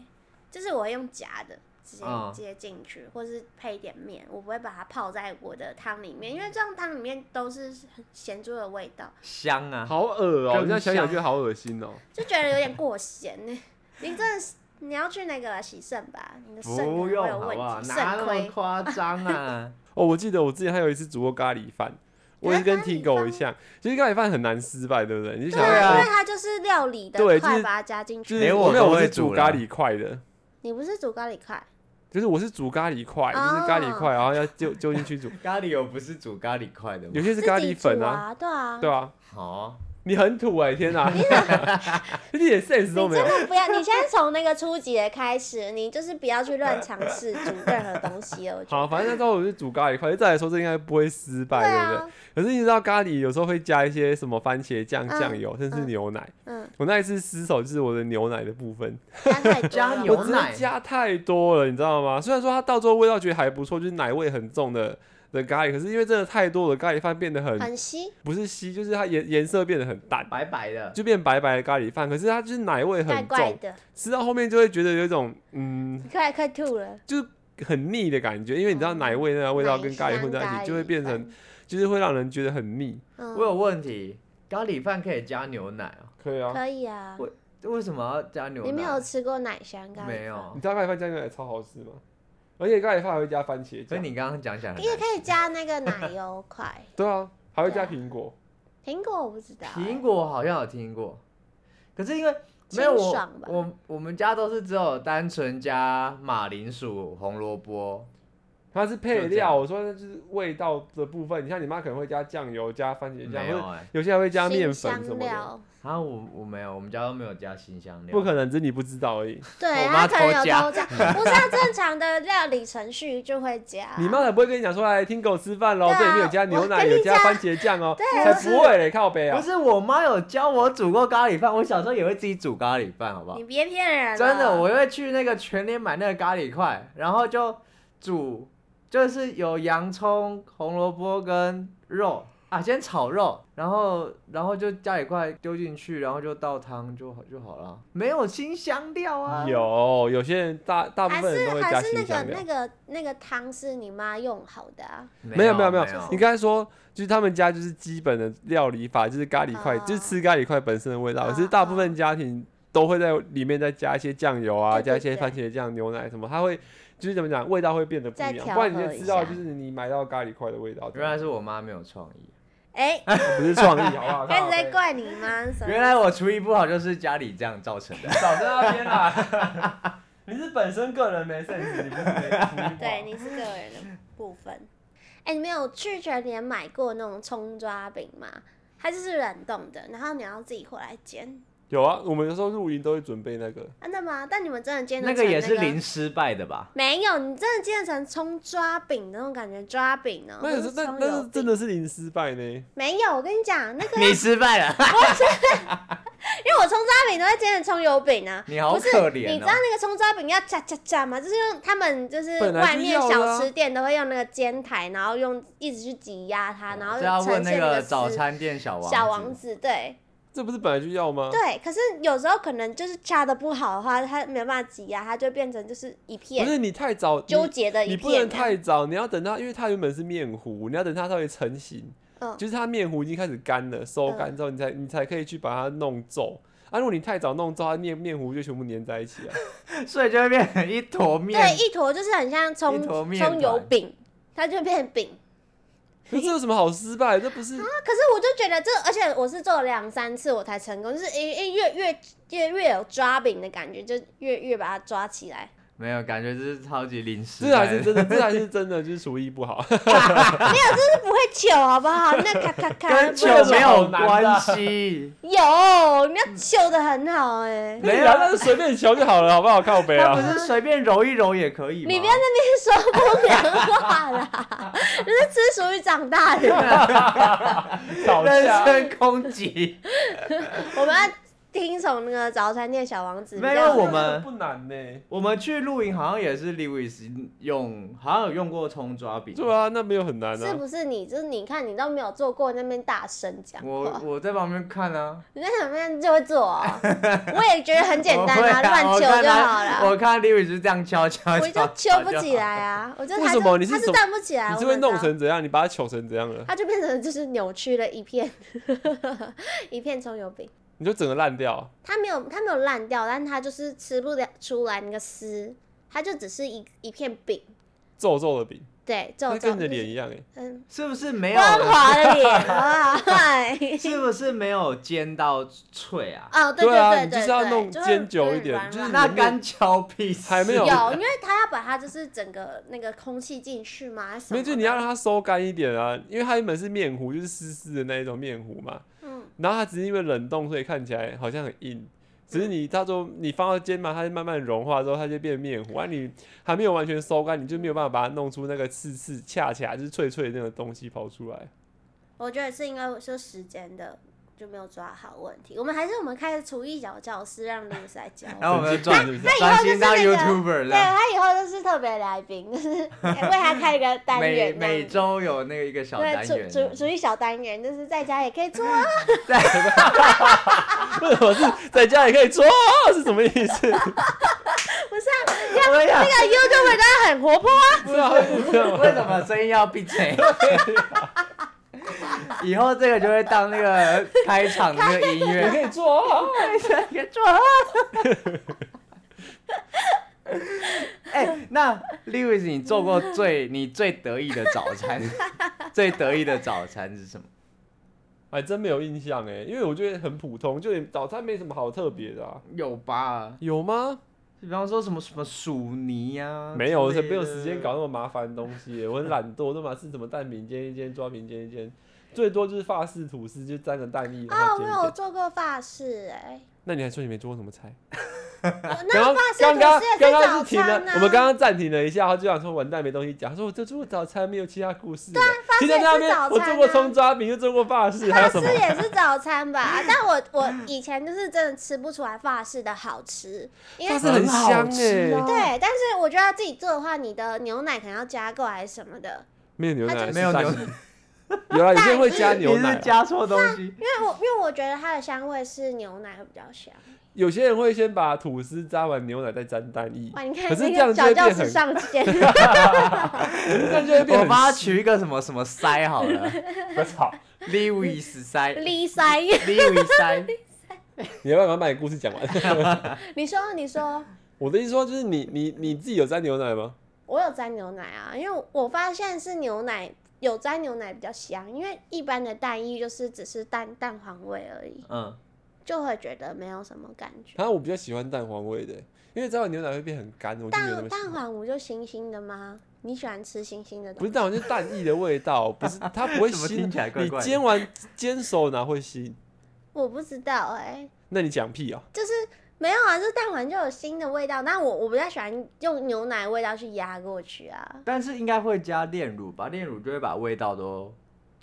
[SPEAKER 2] 就是我会用夹的直接
[SPEAKER 3] 嗯
[SPEAKER 2] 接进去，或是配一点面，我不会把它泡在我的汤里面，因为这样汤里面都是咸猪的味道，
[SPEAKER 3] 香啊，
[SPEAKER 1] 好恶哦、
[SPEAKER 3] 更
[SPEAKER 1] 我现在想想
[SPEAKER 3] 香
[SPEAKER 1] 觉得好恶心哦、
[SPEAKER 2] 就觉得有点过咸呢、你真的是你要去那个洗肾吧，你的肾可能
[SPEAKER 3] 不
[SPEAKER 2] 会欸有
[SPEAKER 3] 用好不好？
[SPEAKER 2] 问题，
[SPEAKER 3] 哪
[SPEAKER 2] 肾
[SPEAKER 3] 那么
[SPEAKER 2] 亏。
[SPEAKER 3] 夸张啊？
[SPEAKER 1] 哦，我记得我之前还有一次煮过咖喱饭，我也是跟
[SPEAKER 2] 咖喱
[SPEAKER 1] T 狗一
[SPEAKER 2] 饭
[SPEAKER 1] 样，其实咖喱饭很难失败，对不对？你就
[SPEAKER 2] 对
[SPEAKER 1] 想
[SPEAKER 3] 对
[SPEAKER 1] 要
[SPEAKER 2] 啊，
[SPEAKER 3] 啊
[SPEAKER 2] 因为它就是料理的
[SPEAKER 1] 对
[SPEAKER 2] 块，
[SPEAKER 1] 就是
[SPEAKER 2] 把它加进去。
[SPEAKER 1] 就是
[SPEAKER 3] 连
[SPEAKER 1] 我
[SPEAKER 3] 我
[SPEAKER 1] 没有，
[SPEAKER 3] 都
[SPEAKER 1] 我
[SPEAKER 3] 会
[SPEAKER 1] 是煮
[SPEAKER 3] 煮
[SPEAKER 1] 咖
[SPEAKER 3] 了
[SPEAKER 1] 喱块的，
[SPEAKER 2] 你不是煮咖喱块，
[SPEAKER 1] 就是我是煮咖喱块，就是咖喱
[SPEAKER 2] 哦
[SPEAKER 1] 块，然后要揪揪进去
[SPEAKER 3] <laughs>
[SPEAKER 1] 煮，
[SPEAKER 3] 咖喱油不是煮咖喱块的吗
[SPEAKER 1] 有？些是
[SPEAKER 2] 自
[SPEAKER 1] 咖
[SPEAKER 2] 己
[SPEAKER 1] 喱
[SPEAKER 2] 煮
[SPEAKER 1] 粉啊，
[SPEAKER 2] 啊，对啊，
[SPEAKER 1] 对啊，
[SPEAKER 3] 好啊，
[SPEAKER 1] 你很土哎、天
[SPEAKER 2] <laughs>
[SPEAKER 1] 哪，一点 sense 都
[SPEAKER 2] 你
[SPEAKER 1] 没有
[SPEAKER 2] 真。 <laughs> 的不要，你现在从那个初级的开始，你就是不要去乱尝试煮任何东西了。我觉得
[SPEAKER 1] 好，反正那时候我是煮咖喱块，再来说这应该不会失败，对不对？
[SPEAKER 2] 啊，
[SPEAKER 1] 可是你知道咖喱有时候会加一些什么番茄酱、
[SPEAKER 2] 嗯
[SPEAKER 1] 酱油，甚至
[SPEAKER 2] 嗯
[SPEAKER 1] 牛奶。
[SPEAKER 2] 嗯，
[SPEAKER 1] 我那一次失手就是我的牛奶的部分，
[SPEAKER 2] 加太多
[SPEAKER 3] 加
[SPEAKER 2] 了
[SPEAKER 3] 牛
[SPEAKER 1] 我直
[SPEAKER 3] 奶
[SPEAKER 1] 接加太多了，你知道吗？虽然说它到最后味道觉得还不错，就是奶味很重的的咖喱，可是因为真的太多了，咖喱饭变得很
[SPEAKER 2] 很稀，
[SPEAKER 1] 不是稀，就是它颜颜色变得很淡，
[SPEAKER 3] 白白的，
[SPEAKER 1] 就变白白的咖喱饭。可是它就是奶味
[SPEAKER 2] 怪
[SPEAKER 1] 很
[SPEAKER 2] 怪
[SPEAKER 1] 重，
[SPEAKER 2] 的，
[SPEAKER 1] 吃到后面就会觉得有一种嗯
[SPEAKER 2] 快快吐了。
[SPEAKER 1] 很腻的感觉，因为你知道奶味那个味道跟咖喱混在一
[SPEAKER 2] 嗯奶香
[SPEAKER 1] 起，
[SPEAKER 2] 咖
[SPEAKER 1] 就会
[SPEAKER 2] 喱
[SPEAKER 1] 变成就是会让人觉得很腻。
[SPEAKER 2] 嗯，
[SPEAKER 3] 我有问题，咖喱饭可以加牛奶哦？
[SPEAKER 1] 可以啊，
[SPEAKER 2] 可以啊。
[SPEAKER 3] 我为什么要加牛奶？
[SPEAKER 2] 你没有吃过奶香咖喱？
[SPEAKER 3] 没有
[SPEAKER 1] 你，知道咖喱饭加牛奶超好吃吗？而且咖喱饭还会加番茄
[SPEAKER 3] 所以
[SPEAKER 1] 酱，
[SPEAKER 3] 你刚刚讲起来很
[SPEAKER 2] 你也
[SPEAKER 3] 难
[SPEAKER 2] 可以加那个奶油块，
[SPEAKER 1] 对啊，还会加
[SPEAKER 2] 对
[SPEAKER 1] 苹果。
[SPEAKER 2] 苹果我不知道欸。
[SPEAKER 3] 苹果好像有听过，可是因为
[SPEAKER 2] 清
[SPEAKER 3] 没有我
[SPEAKER 2] 爽吧
[SPEAKER 3] 我我们家都是只有单纯加马铃薯、红萝卜，
[SPEAKER 1] 它是
[SPEAKER 3] 就
[SPEAKER 1] 配
[SPEAKER 3] 这样
[SPEAKER 1] 料，我说那就是味道的部分。你像你妈可能会加酱油、加番茄酱，
[SPEAKER 3] 没
[SPEAKER 1] 或
[SPEAKER 3] 有
[SPEAKER 1] 者
[SPEAKER 3] 哎、
[SPEAKER 1] 有些还会加
[SPEAKER 2] 欸新
[SPEAKER 1] 面粉
[SPEAKER 2] 香
[SPEAKER 1] 什么的，
[SPEAKER 2] 料，
[SPEAKER 3] 啊，我我没有，我们家都没有加新香料，
[SPEAKER 1] 不可能，只是你不知道而已。
[SPEAKER 2] 对，
[SPEAKER 3] 我
[SPEAKER 2] 他
[SPEAKER 3] 妈
[SPEAKER 2] 可能有
[SPEAKER 3] 偷加
[SPEAKER 2] 偷加，不是啊正常的料理程序就会加。
[SPEAKER 1] 你妈才不会跟你讲说，来听狗吃饭喽，
[SPEAKER 2] 啊对啊
[SPEAKER 1] 这里面有加牛奶，
[SPEAKER 2] 我跟
[SPEAKER 1] 有
[SPEAKER 2] 你
[SPEAKER 1] 加
[SPEAKER 2] 讲
[SPEAKER 1] 番茄酱哦，
[SPEAKER 2] 对
[SPEAKER 1] 才
[SPEAKER 2] 我
[SPEAKER 1] 不会嘞，靠北啊
[SPEAKER 3] 不！是我妈有教我煮过咖喱饭，我小时候也会自己煮咖喱饭，好不好
[SPEAKER 2] 你？别骗人了，啊
[SPEAKER 3] 真的，我会去那个全联买那个咖喱块，然后就煮，就是有洋葱、红萝卜跟肉啊，先炒肉，然后然后就咖喱块丢进去，然后就倒汤就好就好了，没有新香料啊。
[SPEAKER 1] 有有些人大大部
[SPEAKER 2] 还
[SPEAKER 1] 分人
[SPEAKER 2] 是
[SPEAKER 1] 都会加
[SPEAKER 2] 还是那
[SPEAKER 1] 新
[SPEAKER 2] 个
[SPEAKER 1] 香料
[SPEAKER 2] 那。个那个汤是你妈用好的 <laughs> 啊，
[SPEAKER 1] 没有没有没
[SPEAKER 3] 没
[SPEAKER 1] 有
[SPEAKER 2] 有，
[SPEAKER 1] 你刚才说就是他们家就是基本的料理法，就是咖喱块，
[SPEAKER 2] 啊
[SPEAKER 1] 就是吃咖喱块本身的味道。
[SPEAKER 2] 啊
[SPEAKER 1] 可是大部分家庭都会在里面再加一些酱油啊，
[SPEAKER 2] 对对
[SPEAKER 1] 加一些番茄酱、牛奶什么，它会就是怎么讲，味道会变得不一
[SPEAKER 2] 再
[SPEAKER 1] 样。
[SPEAKER 2] 调
[SPEAKER 1] 不然你
[SPEAKER 2] 和
[SPEAKER 1] 就
[SPEAKER 2] 一
[SPEAKER 1] 知道
[SPEAKER 2] 下
[SPEAKER 1] 就是你买到咖喱块的味道，哦
[SPEAKER 3] 原来是我妈没有创意，
[SPEAKER 2] 哎、
[SPEAKER 1] 不是创 <laughs> 意，好不好？ <laughs>
[SPEAKER 2] 开始在
[SPEAKER 1] 靠
[SPEAKER 2] 怪你
[SPEAKER 1] <laughs>
[SPEAKER 2] 妈什么？
[SPEAKER 3] 原来我厨艺不好就是家里这样造成的。
[SPEAKER 1] 北少在那边啦。你是本身个人没 sense，你不是没厨艺不
[SPEAKER 2] 对，
[SPEAKER 1] 好
[SPEAKER 2] 你是个人的部分。哎、你没有去全联买过那种葱抓饼吗？它就是冷冻的，然后你要自己回来煎，
[SPEAKER 1] 有啊，我们有时候露营都会准备那个，
[SPEAKER 2] 真的吗？但你们真的煎得
[SPEAKER 3] 那
[SPEAKER 2] 成
[SPEAKER 3] 个也是
[SPEAKER 2] 那
[SPEAKER 3] 零失败的吧？
[SPEAKER 2] 没有，你真的煎得成葱抓饼那种感觉，抓饼呢？
[SPEAKER 1] 那
[SPEAKER 2] 不
[SPEAKER 1] 也是那
[SPEAKER 2] 葱
[SPEAKER 1] 那
[SPEAKER 2] 油
[SPEAKER 1] 是
[SPEAKER 2] 饼
[SPEAKER 1] 真的是零失败呢。
[SPEAKER 2] 没有。我跟你讲，那个 <laughs>
[SPEAKER 3] 你失败了，
[SPEAKER 2] 因为我葱抓饼都会煎成葱油饼啊。
[SPEAKER 3] <laughs> 你好
[SPEAKER 2] 不是
[SPEAKER 3] 可，
[SPEAKER 2] 你
[SPEAKER 3] 怜
[SPEAKER 2] 知
[SPEAKER 3] 哦
[SPEAKER 2] 道。那个葱抓饼要夹夹夹吗？就是用他们就是
[SPEAKER 1] 本来就
[SPEAKER 2] 外面
[SPEAKER 1] 要的啊
[SPEAKER 2] 小吃店都会用那个煎台，然后用一直去挤压它，然后
[SPEAKER 3] 哦这要问
[SPEAKER 2] 呈
[SPEAKER 3] 那
[SPEAKER 2] 现
[SPEAKER 3] 个
[SPEAKER 2] 丝
[SPEAKER 3] 早餐店小王
[SPEAKER 2] 小
[SPEAKER 3] 子
[SPEAKER 2] 王子，对
[SPEAKER 1] 这不是本来就要吗？
[SPEAKER 2] 对。可是有时候可能就是掐的不好的话，它没有办法挤压，它就变成就是一
[SPEAKER 1] 不
[SPEAKER 2] 片
[SPEAKER 1] 是你太早你
[SPEAKER 2] 纠结的
[SPEAKER 1] 你
[SPEAKER 2] 一
[SPEAKER 1] 不能
[SPEAKER 2] 片这样。
[SPEAKER 1] 太早，你要等它，因为它原本是面糊，你要等它稍微成型，
[SPEAKER 2] 嗯
[SPEAKER 1] 就是它面糊已经开始干了，收干之后，你才你才可以去把它弄皱。啊，如果你太早弄皱，它面面糊就全部粘在一
[SPEAKER 2] <laughs>
[SPEAKER 1] 起啊。
[SPEAKER 3] 所以就会变成一坨
[SPEAKER 2] 对，
[SPEAKER 3] 面。
[SPEAKER 2] 一坨就是很像葱
[SPEAKER 3] 一坨面
[SPEAKER 2] 葱油
[SPEAKER 3] 团
[SPEAKER 2] 饼，它就变成饼。
[SPEAKER 1] 可是这有什么好失败？这不是
[SPEAKER 2] 啊可是我就觉得这，而且我是做了两三次我才成功，就是一一越越越越有抓饼的感觉，就越越把它抓起来。
[SPEAKER 3] 没有，感觉这是啊超级临时。
[SPEAKER 1] 这还是真的，这还是真的，就是厨艺不
[SPEAKER 2] <laughs>
[SPEAKER 1] 好。
[SPEAKER 2] <laughs> 不会糗好不 <laughs> 好？那咔咔咔，
[SPEAKER 3] 跟
[SPEAKER 2] 不
[SPEAKER 3] 球
[SPEAKER 2] 会。
[SPEAKER 1] 糗
[SPEAKER 3] 没有
[SPEAKER 1] 好难
[SPEAKER 3] 关
[SPEAKER 1] 啊
[SPEAKER 3] 系 <laughs>
[SPEAKER 2] 有，你要糗的很好哎、
[SPEAKER 1] 没
[SPEAKER 3] 没
[SPEAKER 1] 有，啊
[SPEAKER 3] 有
[SPEAKER 1] 那就随便求就好了，好不好？靠背
[SPEAKER 2] <laughs>
[SPEAKER 3] 他不
[SPEAKER 1] 啊。
[SPEAKER 3] 是随便揉一揉也可以吗？
[SPEAKER 2] 你不要那 <laughs> 边说不良话啦，你是吃属于长大
[SPEAKER 3] <laughs>
[SPEAKER 2] 的，
[SPEAKER 1] 吵架，
[SPEAKER 3] 人身攻击。
[SPEAKER 2] 我们要听从那个早餐店小王子。
[SPEAKER 3] 没有
[SPEAKER 2] 比较
[SPEAKER 3] 我们
[SPEAKER 1] 不难呢。
[SPEAKER 3] 我们去露营好像也是 Lewis 用，好像有用过葱抓饼。
[SPEAKER 1] 对啊，那没有很难
[SPEAKER 2] 是
[SPEAKER 1] 啊。
[SPEAKER 2] 不是你？就是你看，你都没有做过，那边大声讲
[SPEAKER 3] 我
[SPEAKER 2] 话，
[SPEAKER 3] 我在旁边看啊，
[SPEAKER 2] 你在旁边就会做、哦。我也觉得很简单
[SPEAKER 3] <laughs> 我会
[SPEAKER 2] 啊，乱
[SPEAKER 3] 我
[SPEAKER 2] 求
[SPEAKER 3] 看
[SPEAKER 2] 就
[SPEAKER 3] 他
[SPEAKER 2] 好了。
[SPEAKER 3] 我看 Lewis 就这样敲敲
[SPEAKER 2] 我就
[SPEAKER 3] 敲，
[SPEAKER 2] 揪不起来
[SPEAKER 1] <laughs>
[SPEAKER 2] 啊，我就
[SPEAKER 1] 为
[SPEAKER 2] 他
[SPEAKER 1] 什
[SPEAKER 2] 就
[SPEAKER 1] 么你是
[SPEAKER 2] 他是
[SPEAKER 1] 怎么
[SPEAKER 2] 站不起
[SPEAKER 1] 你
[SPEAKER 2] 来，
[SPEAKER 1] 是
[SPEAKER 2] 啊我
[SPEAKER 1] 会
[SPEAKER 2] 不知道
[SPEAKER 1] 弄
[SPEAKER 2] <laughs>
[SPEAKER 1] 成怎样？你把它糗成怎样了？
[SPEAKER 2] 它就变成就是扭曲了一片， <laughs> 一片葱油饼。
[SPEAKER 1] 你就整个烂掉。
[SPEAKER 2] 它没有它没有烂掉，但它就是吃不了出来那个丝，它就只是一一片饼，
[SPEAKER 1] 皱皱的饼，
[SPEAKER 2] 对，皱
[SPEAKER 1] 那
[SPEAKER 2] 皱
[SPEAKER 1] 跟你的
[SPEAKER 2] 就是
[SPEAKER 1] 脸一样哎、
[SPEAKER 2] 嗯，
[SPEAKER 3] 是不是没有？
[SPEAKER 2] 光滑的脸，
[SPEAKER 1] <laughs>
[SPEAKER 2] 哇，嗨
[SPEAKER 3] 是不是没有煎到脆啊？
[SPEAKER 2] 哦，对
[SPEAKER 1] 对啊
[SPEAKER 2] 对
[SPEAKER 1] 你
[SPEAKER 2] 对，
[SPEAKER 1] 就是要
[SPEAKER 2] 对
[SPEAKER 1] 弄
[SPEAKER 2] 会
[SPEAKER 1] 煎久
[SPEAKER 2] 有
[SPEAKER 1] 一点
[SPEAKER 2] 软
[SPEAKER 1] 就是
[SPEAKER 2] 软
[SPEAKER 3] 那
[SPEAKER 1] 里面
[SPEAKER 3] 干敲屁事
[SPEAKER 1] 还没有 <laughs>
[SPEAKER 2] 有，因为它要把它就是整个那个空气进去嘛，还是什
[SPEAKER 1] 没
[SPEAKER 2] 么
[SPEAKER 1] 有，
[SPEAKER 2] 的？
[SPEAKER 1] 就你要让它收干一点啊，因为它原本是面糊，就是湿湿的那一种面糊嘛。
[SPEAKER 2] 嗯，
[SPEAKER 1] 然后它只是因为冷冻，所以看起来好像很硬。只是你到时候你放到肩膀，它就慢慢融化之后，它就变面糊。啊，你还没有完全收干，你就没有办法把它弄出那个刺刺恰恰就是脆脆的那个东西跑出来。 <laughs>
[SPEAKER 2] 我觉得是因为是时间的就没有抓好问题，我们还是我们开始厨艺小教室让 l o u 来教我们。
[SPEAKER 3] 然后我们就转
[SPEAKER 1] 那
[SPEAKER 3] 转
[SPEAKER 2] 就是
[SPEAKER 3] 型当
[SPEAKER 2] 啊那个
[SPEAKER 3] YouTuber 这
[SPEAKER 2] 对
[SPEAKER 3] 样，
[SPEAKER 2] 他以后就是特别来宾， <laughs> 就是为他开一个单
[SPEAKER 3] 每
[SPEAKER 2] 元这
[SPEAKER 3] 每
[SPEAKER 2] 样子。
[SPEAKER 3] 周有那个一个小单
[SPEAKER 2] 对，
[SPEAKER 3] 元
[SPEAKER 2] 主
[SPEAKER 1] <laughs>
[SPEAKER 2] 主主一小单元，就是在家也可以做啊。
[SPEAKER 1] 为什么是在家也可以做？是什么意思？ <laughs>
[SPEAKER 3] 我想
[SPEAKER 2] 那个 YouTube 他很活泼啊，
[SPEAKER 1] 是啊，会这样吗
[SPEAKER 3] 为什么声音要闭嘴？ <laughs> 以后这个就会当那个开场的那个音
[SPEAKER 1] 也
[SPEAKER 3] 乐，
[SPEAKER 1] 可以做啊。
[SPEAKER 3] 哎、那 Lewis，你做过最你最得意的早
[SPEAKER 2] <laughs>
[SPEAKER 3] 餐，最得意的早餐是什么？
[SPEAKER 1] 还真没有印象哎，因为我觉得很普通，就连早餐没什么好特别的啊。
[SPEAKER 3] 有吧？
[SPEAKER 1] 有吗？
[SPEAKER 3] 比方说什么什么薯泥呀、啊，
[SPEAKER 1] <laughs> 没有，我才没有
[SPEAKER 3] 之类
[SPEAKER 1] 时间
[SPEAKER 3] 的
[SPEAKER 1] 搞那么麻烦的东西耶，我很懒惰，对嘛？是怎么蛋饼煎一煎，抓饼煎一煎，最多就是法式吐司，就沾个蛋液然
[SPEAKER 2] 啊，
[SPEAKER 1] 后
[SPEAKER 2] 我
[SPEAKER 1] 煎一
[SPEAKER 2] 有
[SPEAKER 1] 煎。
[SPEAKER 2] 做过发饰
[SPEAKER 1] <laughs>
[SPEAKER 2] 哎、
[SPEAKER 1] 那你还说你没做过什么菜？
[SPEAKER 2] 我那
[SPEAKER 1] 刚
[SPEAKER 2] 个
[SPEAKER 1] 刚
[SPEAKER 2] 发饰
[SPEAKER 1] 刚刚
[SPEAKER 2] 也
[SPEAKER 1] 刚
[SPEAKER 2] 是
[SPEAKER 1] 刚
[SPEAKER 2] 早
[SPEAKER 1] 是停
[SPEAKER 2] 餐
[SPEAKER 1] 了
[SPEAKER 2] 啊。，
[SPEAKER 1] 我们刚刚暂停了一下，他就想说完蛋没东西讲，他说我就做过早餐，没有其他故事了。停在
[SPEAKER 2] 啊式
[SPEAKER 1] 那
[SPEAKER 2] 也是
[SPEAKER 1] 边，
[SPEAKER 2] 早
[SPEAKER 1] 我做
[SPEAKER 2] 餐
[SPEAKER 1] 过
[SPEAKER 2] 啊
[SPEAKER 1] 葱抓饼，又做过法式，还有
[SPEAKER 2] 法
[SPEAKER 1] 什
[SPEAKER 2] 式
[SPEAKER 1] 么？
[SPEAKER 2] 也是早餐
[SPEAKER 1] <laughs>
[SPEAKER 2] 吧，但我我以前就是真的吃不出来法式的好吃，因为
[SPEAKER 1] 法式很香
[SPEAKER 3] 哎、
[SPEAKER 1] 欸
[SPEAKER 2] 对，但是我觉得自己做的话，你的牛奶可能要加购还是什么的，
[SPEAKER 1] 没有牛
[SPEAKER 2] 它就
[SPEAKER 1] 奶，
[SPEAKER 2] 是
[SPEAKER 3] 没有
[SPEAKER 1] 是
[SPEAKER 3] 牛
[SPEAKER 1] 蛋液，有啊，有些人会加牛
[SPEAKER 3] 你
[SPEAKER 1] 奶
[SPEAKER 3] 是
[SPEAKER 1] 啊，
[SPEAKER 3] 加错东西。
[SPEAKER 2] <laughs> 因
[SPEAKER 1] <laughs>
[SPEAKER 2] 为我因为我觉得它的香味是牛奶会比较香。
[SPEAKER 1] 有些人会先把吐司沾完牛奶，再沾蛋液。
[SPEAKER 2] 哇，你看
[SPEAKER 1] 可是这
[SPEAKER 2] 那
[SPEAKER 1] 样
[SPEAKER 2] 个
[SPEAKER 1] 就会
[SPEAKER 2] 小教
[SPEAKER 1] 变
[SPEAKER 2] 室
[SPEAKER 1] 很，
[SPEAKER 2] 上街，
[SPEAKER 1] <laughs>
[SPEAKER 2] <laughs>
[SPEAKER 1] 这样就会变
[SPEAKER 3] 我
[SPEAKER 1] 很
[SPEAKER 3] 帮他取一个什么什么塞好了
[SPEAKER 1] 我操！
[SPEAKER 3] ，Lewis
[SPEAKER 2] <laughs>
[SPEAKER 3] 塞
[SPEAKER 2] 离塞，
[SPEAKER 3] ，Lewis
[SPEAKER 2] <laughs>
[SPEAKER 3] 塞，
[SPEAKER 1] <laughs> 你要不要把把你的故事讲完？ <laughs>
[SPEAKER 2] 你说你说，
[SPEAKER 1] 我的意思说就是你你你自己有沾牛奶吗？
[SPEAKER 2] 我有沾牛奶啊，因为我发现是牛奶有沾牛奶比较香，因为一般的蛋液就是只是蛋蛋黄味而已，
[SPEAKER 3] 嗯，
[SPEAKER 2] 就会觉得没有什么感觉。
[SPEAKER 1] 然后我比较喜欢蛋黄味的，因为沾完牛奶会变很干，我就没有那
[SPEAKER 2] 蛋
[SPEAKER 1] 么喜
[SPEAKER 2] 蛋
[SPEAKER 1] 欢。
[SPEAKER 2] 黄不就腥腥的吗？你喜欢吃腥腥的
[SPEAKER 1] 不
[SPEAKER 2] 东
[SPEAKER 1] 是
[SPEAKER 2] 西？
[SPEAKER 1] 蛋黄，就是蛋液的味道，不是它不会
[SPEAKER 3] 怎么
[SPEAKER 1] 腥。
[SPEAKER 3] 听起来怪怪的
[SPEAKER 1] 你煎完煎熟哪会腥？
[SPEAKER 2] 我不知道哎、
[SPEAKER 1] 那你讲屁啊！
[SPEAKER 2] 就是没有啊，就是蛋黄就有腥的味道。但我我比较喜欢用牛奶味道去压过去啊。
[SPEAKER 3] 但是应该会加炼乳吧，炼乳就会把味道都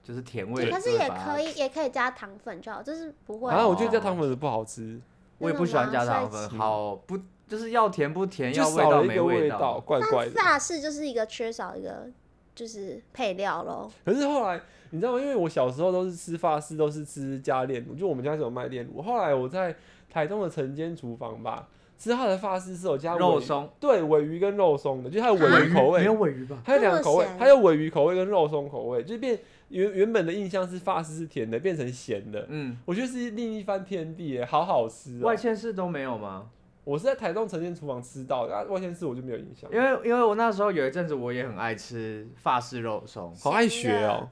[SPEAKER 3] 就是甜味，
[SPEAKER 2] 可是
[SPEAKER 3] 就会
[SPEAKER 2] 也
[SPEAKER 3] 把它
[SPEAKER 2] 可以，也可以加糖粉就好，就是不会。
[SPEAKER 1] 啊，我觉得加糖粉的不好吃，
[SPEAKER 3] 我也不喜欢加糖
[SPEAKER 2] 那
[SPEAKER 3] 粉，
[SPEAKER 1] 种麻醉
[SPEAKER 3] 好不就是要甜不甜，
[SPEAKER 1] 就
[SPEAKER 3] 要味
[SPEAKER 1] 少
[SPEAKER 3] 道
[SPEAKER 1] 了一
[SPEAKER 3] 没
[SPEAKER 1] 个味道，
[SPEAKER 3] 道。
[SPEAKER 1] 怪怪
[SPEAKER 2] 但
[SPEAKER 1] 的。
[SPEAKER 2] 法式就是一个缺少一个就是配料咯。
[SPEAKER 1] 可是后来你知道吗？因为我小时候都是吃法式，都是吃加炼乳，就我们家是有卖炼乳。后来我在台东的晨间厨房吧，吃它的法式是有加
[SPEAKER 3] 肉
[SPEAKER 1] 尾
[SPEAKER 3] 松，
[SPEAKER 1] 对，尾鱼跟肉松的，就是它有尾鱼口味
[SPEAKER 3] 没，有尾鱼吧？
[SPEAKER 1] 它有两个口味
[SPEAKER 2] 这么，咸
[SPEAKER 1] 它有尾鱼口味跟肉松口味，就是变原原本的印象是法式是甜的，变成咸的，
[SPEAKER 3] 嗯，
[SPEAKER 1] 我觉得是另一番天地耶，好好吃哦、
[SPEAKER 3] 外县市都没有吗？
[SPEAKER 1] 我是在台东晨间厨房吃到的，啊、外县市我就没有印象，，
[SPEAKER 3] 因为因为我那时候有一阵子我也很爱吃法式肉 <laughs> 松
[SPEAKER 1] 好爱学哦、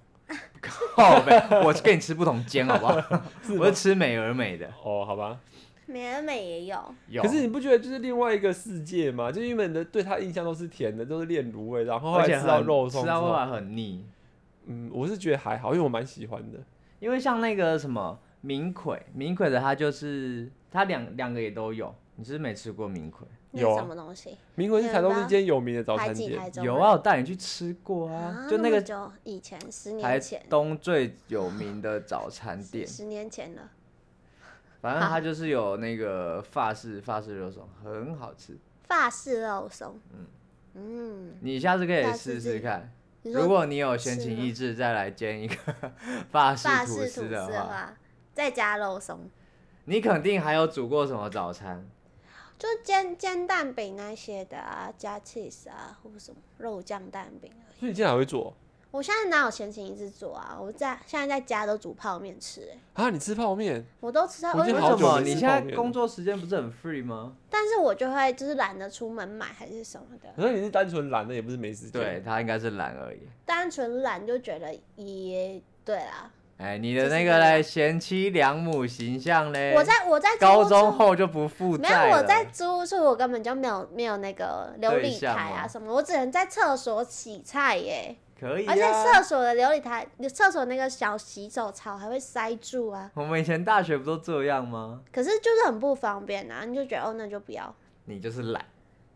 [SPEAKER 3] 靠北我跟你吃不同间好不好？ <laughs>
[SPEAKER 1] 是吗
[SPEAKER 3] 我是吃美而美的，
[SPEAKER 1] 哦，好吧。
[SPEAKER 2] 美而美也有，
[SPEAKER 3] 有。
[SPEAKER 1] 可是你不觉得就是另外一个世界吗？就原本的对它印象都是甜的，都是炼乳味，然后后
[SPEAKER 3] 而且
[SPEAKER 1] 来吃到
[SPEAKER 3] 很
[SPEAKER 1] 肉松
[SPEAKER 3] 吃
[SPEAKER 1] 之
[SPEAKER 3] 到后啊
[SPEAKER 1] 后，
[SPEAKER 3] 来很腻，
[SPEAKER 1] 嗯，我是觉得还好，因为我蛮喜欢的。
[SPEAKER 3] 因为像那个什么明葵，明葵的它就是它两两个也都有。你是不是没吃过明葵？
[SPEAKER 2] 那
[SPEAKER 1] 有
[SPEAKER 2] 是
[SPEAKER 1] 啊
[SPEAKER 2] 什么东西？
[SPEAKER 1] 民国是台东
[SPEAKER 2] 有吗
[SPEAKER 1] 一间有名的早
[SPEAKER 2] 排
[SPEAKER 1] 餐
[SPEAKER 2] 挤台
[SPEAKER 1] 店，
[SPEAKER 2] 中
[SPEAKER 3] 有
[SPEAKER 2] 人
[SPEAKER 3] 啊，我带你去吃过啊，
[SPEAKER 2] 啊，
[SPEAKER 3] 就那
[SPEAKER 2] 么
[SPEAKER 3] 个
[SPEAKER 2] 久以前十
[SPEAKER 3] 台
[SPEAKER 2] 年前，
[SPEAKER 3] 东最有名的早餐
[SPEAKER 2] 十
[SPEAKER 3] 店，
[SPEAKER 2] 十年前了。
[SPEAKER 3] 反正它就是有那个法式法式肉松，很好吃。
[SPEAKER 2] 法式肉松，嗯
[SPEAKER 3] 你下次可以
[SPEAKER 2] 法
[SPEAKER 3] 试
[SPEAKER 2] 式
[SPEAKER 3] 试
[SPEAKER 2] 是
[SPEAKER 3] 看，
[SPEAKER 2] 你说
[SPEAKER 3] 如果你有闲情
[SPEAKER 2] 是吗
[SPEAKER 3] 逸致，再来煎一个法式
[SPEAKER 2] 法
[SPEAKER 3] 吐
[SPEAKER 2] 式
[SPEAKER 3] 司
[SPEAKER 2] 吐司的
[SPEAKER 3] 的话，
[SPEAKER 2] 话，再加肉松，
[SPEAKER 3] 你肯定还有煮过什么早餐？
[SPEAKER 2] 就煎煎蛋饼那些的啊，加 cheese 啊，或什么肉酱蛋饼而已。
[SPEAKER 1] 所以你竟然还会做
[SPEAKER 2] 我现在哪有闲情逸致做啊？我在现在在家都煮泡面吃、欸，
[SPEAKER 1] 啊？你吃泡面？
[SPEAKER 2] 我都吃到。哎
[SPEAKER 1] 我已经
[SPEAKER 2] 我
[SPEAKER 1] 好
[SPEAKER 3] 为什
[SPEAKER 1] 久
[SPEAKER 3] 么？
[SPEAKER 1] 没
[SPEAKER 3] 你
[SPEAKER 1] 吃
[SPEAKER 3] 现在
[SPEAKER 1] 泡面了
[SPEAKER 3] 工作时间不是很 free 吗？
[SPEAKER 2] 但是我就会就是懒得出门买还是什么的，
[SPEAKER 1] 可是你是单纯懒的，也不是没时间。
[SPEAKER 3] 对，他应该是懒而已。
[SPEAKER 2] 单纯懒就觉得也对啊啦。
[SPEAKER 3] 哎，你的
[SPEAKER 2] 就是
[SPEAKER 3] 那
[SPEAKER 2] 这
[SPEAKER 3] 个
[SPEAKER 2] 样
[SPEAKER 3] 嘞，贤妻良母形象嘞，
[SPEAKER 2] 我在我在租
[SPEAKER 3] 哎高
[SPEAKER 2] 屋
[SPEAKER 3] 中
[SPEAKER 2] 处
[SPEAKER 3] 后就不负
[SPEAKER 2] 没
[SPEAKER 3] 债
[SPEAKER 2] 有，我在
[SPEAKER 3] 了
[SPEAKER 2] 租屋处，我根本就没有没有那个琉
[SPEAKER 3] 对
[SPEAKER 2] 璃
[SPEAKER 3] 象
[SPEAKER 2] 台
[SPEAKER 3] 吗
[SPEAKER 2] 啊什么，我只能在厕所洗菜耶、
[SPEAKER 3] 可以啊。
[SPEAKER 2] 而且厕所的琉璃台，厕所那个小洗手槽还会塞住啊，
[SPEAKER 3] 我们以前大学不都这样吗？
[SPEAKER 2] 可是就是很不方便啊，你就觉得哦，那就不要，
[SPEAKER 3] 你就是懒，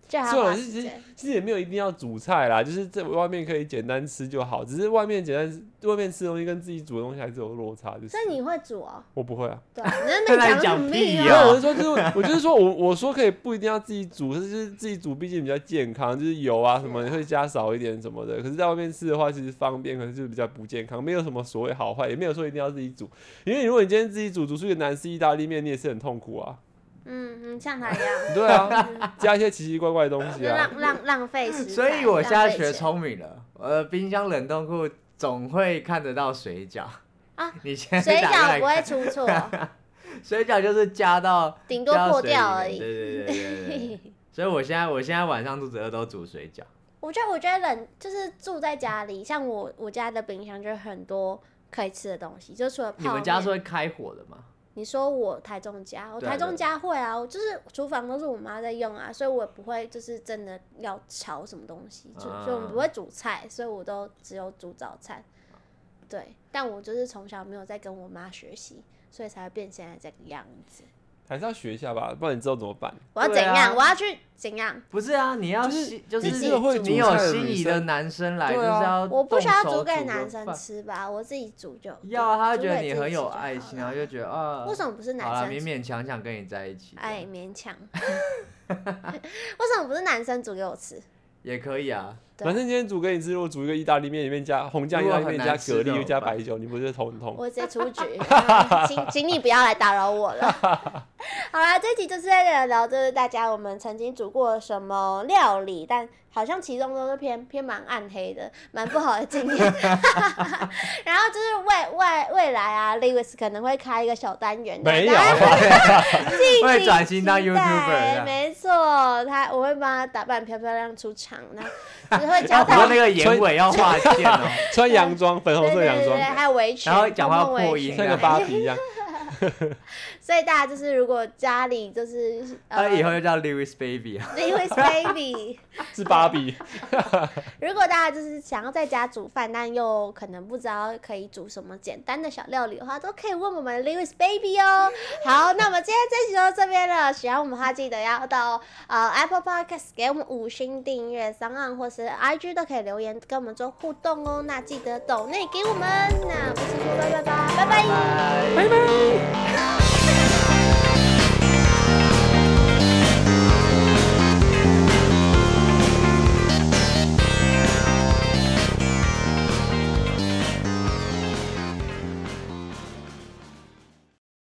[SPEAKER 2] 就还
[SPEAKER 1] 这
[SPEAKER 2] 要
[SPEAKER 1] 种
[SPEAKER 2] 花
[SPEAKER 1] 是
[SPEAKER 2] 啊时
[SPEAKER 1] 其实
[SPEAKER 2] 间。
[SPEAKER 1] 其实也没有一定要煮菜啦，就是在外面可以简单吃就好。只是外面简单吃外面吃的东西跟自己煮的东西还是有落差，就是
[SPEAKER 2] 所。以你会煮哦？
[SPEAKER 1] 我不会啊，
[SPEAKER 2] 对啊，你在那
[SPEAKER 3] 在
[SPEAKER 2] 边
[SPEAKER 3] 讲
[SPEAKER 2] 讲很
[SPEAKER 3] 屁
[SPEAKER 2] 密
[SPEAKER 1] 没有，我
[SPEAKER 2] 哦。
[SPEAKER 1] 是说，就是我就是说我我说可以不一定要自己煮，就是自己煮毕竟比较健康，就是油啊什么
[SPEAKER 2] 是啊
[SPEAKER 1] 会加少一点什么的。可是在外面吃的话，其实方便，可是就是比较不健康，没有什么所谓好坏，也没有说一定要自己煮。因为如果你今天自己煮，煮出一个难吃意大利面，你也是很痛苦啊。
[SPEAKER 2] 嗯嗯，像他一样，嗯
[SPEAKER 1] 对啊， <laughs> 加一些奇奇怪怪的东 <laughs>
[SPEAKER 2] 就
[SPEAKER 1] 西啊。
[SPEAKER 2] 浪浪浪费时间。
[SPEAKER 3] 所以我现在
[SPEAKER 2] 浪费
[SPEAKER 3] 学
[SPEAKER 2] 钱
[SPEAKER 3] 聪明了。呃，冰箱冷冻库总会看得到水饺
[SPEAKER 2] 啊。
[SPEAKER 3] 你现
[SPEAKER 2] 水
[SPEAKER 3] 在打
[SPEAKER 2] 饺
[SPEAKER 3] 开
[SPEAKER 2] 不会出错，
[SPEAKER 3] 水饺就是加到
[SPEAKER 2] 顶多
[SPEAKER 3] 加到
[SPEAKER 2] 破
[SPEAKER 3] 水里
[SPEAKER 2] 掉
[SPEAKER 3] 面
[SPEAKER 2] 而已。
[SPEAKER 3] 对对对对对。所以我现在我现在晚上肚子饿都煮水饺，
[SPEAKER 2] 我觉得，我觉得冷就是住在家里，像我我家的冰箱就有很多可以吃的东西，就除了泡
[SPEAKER 3] 你
[SPEAKER 2] 面。
[SPEAKER 3] 们家是会开火的吗？
[SPEAKER 2] 你说我台中家，我
[SPEAKER 3] 对啊
[SPEAKER 2] 台中
[SPEAKER 3] 对啊
[SPEAKER 2] 家会啊，我就是厨房都是我妈在用啊，所以我也不会就是真的要炒什么东西，就、
[SPEAKER 3] 啊
[SPEAKER 2] 就我们不会煮菜，所以我都只有煮早餐。
[SPEAKER 3] 哦
[SPEAKER 2] 对，但我就是从小没有在跟我妈学习，所以才会变现在这个样子。
[SPEAKER 1] 还是要学一下吧，不然你知道怎么办。
[SPEAKER 2] 我要怎
[SPEAKER 3] 对啊
[SPEAKER 2] 样？我要去怎样？
[SPEAKER 3] 不是啊，你要吸就
[SPEAKER 1] 就是是一个会
[SPEAKER 3] 你
[SPEAKER 1] 煮
[SPEAKER 3] 有
[SPEAKER 1] 菜的
[SPEAKER 3] 心
[SPEAKER 1] 女
[SPEAKER 3] 仪
[SPEAKER 1] 生
[SPEAKER 3] 的男生来，就
[SPEAKER 1] 对
[SPEAKER 3] 是
[SPEAKER 1] 啊
[SPEAKER 3] 要
[SPEAKER 2] 我不需要
[SPEAKER 3] 动手
[SPEAKER 2] 煮给
[SPEAKER 3] 个
[SPEAKER 2] 男生
[SPEAKER 3] 饭。
[SPEAKER 2] 吃吧，我自己煮就
[SPEAKER 3] 要啊，他
[SPEAKER 2] 煮
[SPEAKER 3] 会觉得
[SPEAKER 2] 给
[SPEAKER 3] 你
[SPEAKER 2] 自己
[SPEAKER 3] 很
[SPEAKER 2] 吃
[SPEAKER 3] 有
[SPEAKER 2] 就
[SPEAKER 3] 爱
[SPEAKER 2] 好
[SPEAKER 3] 心，然后
[SPEAKER 2] 了
[SPEAKER 3] 就觉得啊，
[SPEAKER 2] 为什么不是
[SPEAKER 3] 好啦，
[SPEAKER 2] 男
[SPEAKER 3] 勉
[SPEAKER 2] 生
[SPEAKER 3] 勉强强跟你在一起，
[SPEAKER 2] 哎，勉强。 <laughs> 为什么不是男生煮给我吃？
[SPEAKER 3] 也可以啊。
[SPEAKER 2] 对
[SPEAKER 1] 男生今天煮给你吃，如果煮一个意大利面，里面加红酱意大利面
[SPEAKER 3] 如果很
[SPEAKER 1] 加
[SPEAKER 3] 难吃
[SPEAKER 1] 蛤蜊又加
[SPEAKER 3] 怎么办
[SPEAKER 1] 白酒，你不是头很痛？
[SPEAKER 2] 我直接出局， <laughs> 嗯请请你不要来打扰我了。 <laughs> 好啦，这集就是在聊聊，就是大家我们曾经煮过什么料理，但好像其中都是偏偏蛮暗黑的，蛮不好的经验。 <laughs> 然后就是未未未来啊，Lewis 可能会开一个小单元，
[SPEAKER 1] 没有
[SPEAKER 2] 大家
[SPEAKER 3] 会转型当
[SPEAKER 2] 期待
[SPEAKER 3] YouTuber 的
[SPEAKER 2] 没错，他我会帮他打扮漂漂亮出场，那只
[SPEAKER 3] <laughs>
[SPEAKER 2] 会
[SPEAKER 3] 然
[SPEAKER 2] 教
[SPEAKER 3] 后我
[SPEAKER 2] 他
[SPEAKER 3] 那个眼尾要画
[SPEAKER 2] <laughs>
[SPEAKER 3] 线哦，
[SPEAKER 1] 穿洋装，粉红
[SPEAKER 2] 对
[SPEAKER 1] 色
[SPEAKER 2] 对
[SPEAKER 1] 洋
[SPEAKER 2] 对对，
[SPEAKER 1] 装，
[SPEAKER 2] 还有围裙，
[SPEAKER 3] 然后讲话
[SPEAKER 2] 蓬蓬围
[SPEAKER 3] 破音
[SPEAKER 2] 裙
[SPEAKER 1] 像一个芭比一样。
[SPEAKER 2] 所以大家就是如果家里就是呃
[SPEAKER 3] 他啊以后就叫 Lewis Baby 啊。
[SPEAKER 2] Lewis Baby，
[SPEAKER 1] 是芭比，
[SPEAKER 2] 如果大家就是想要在家煮饭，但又可能不知道可以煮什么简单的小料理的话，都可以问我们 Lewis Baby
[SPEAKER 3] <laughs>
[SPEAKER 2] 哦。好，那么今天这集就到这边了，喜欢我们的话记得要到呃 Apple Podcast 给我们五星订阅、三岸或是 IG 都可以留言跟我们做互动哦。那记得抖内给我们，那不辛苦，拜拜吧，拜拜。
[SPEAKER 1] 拜
[SPEAKER 3] 拜。
[SPEAKER 1] 拜。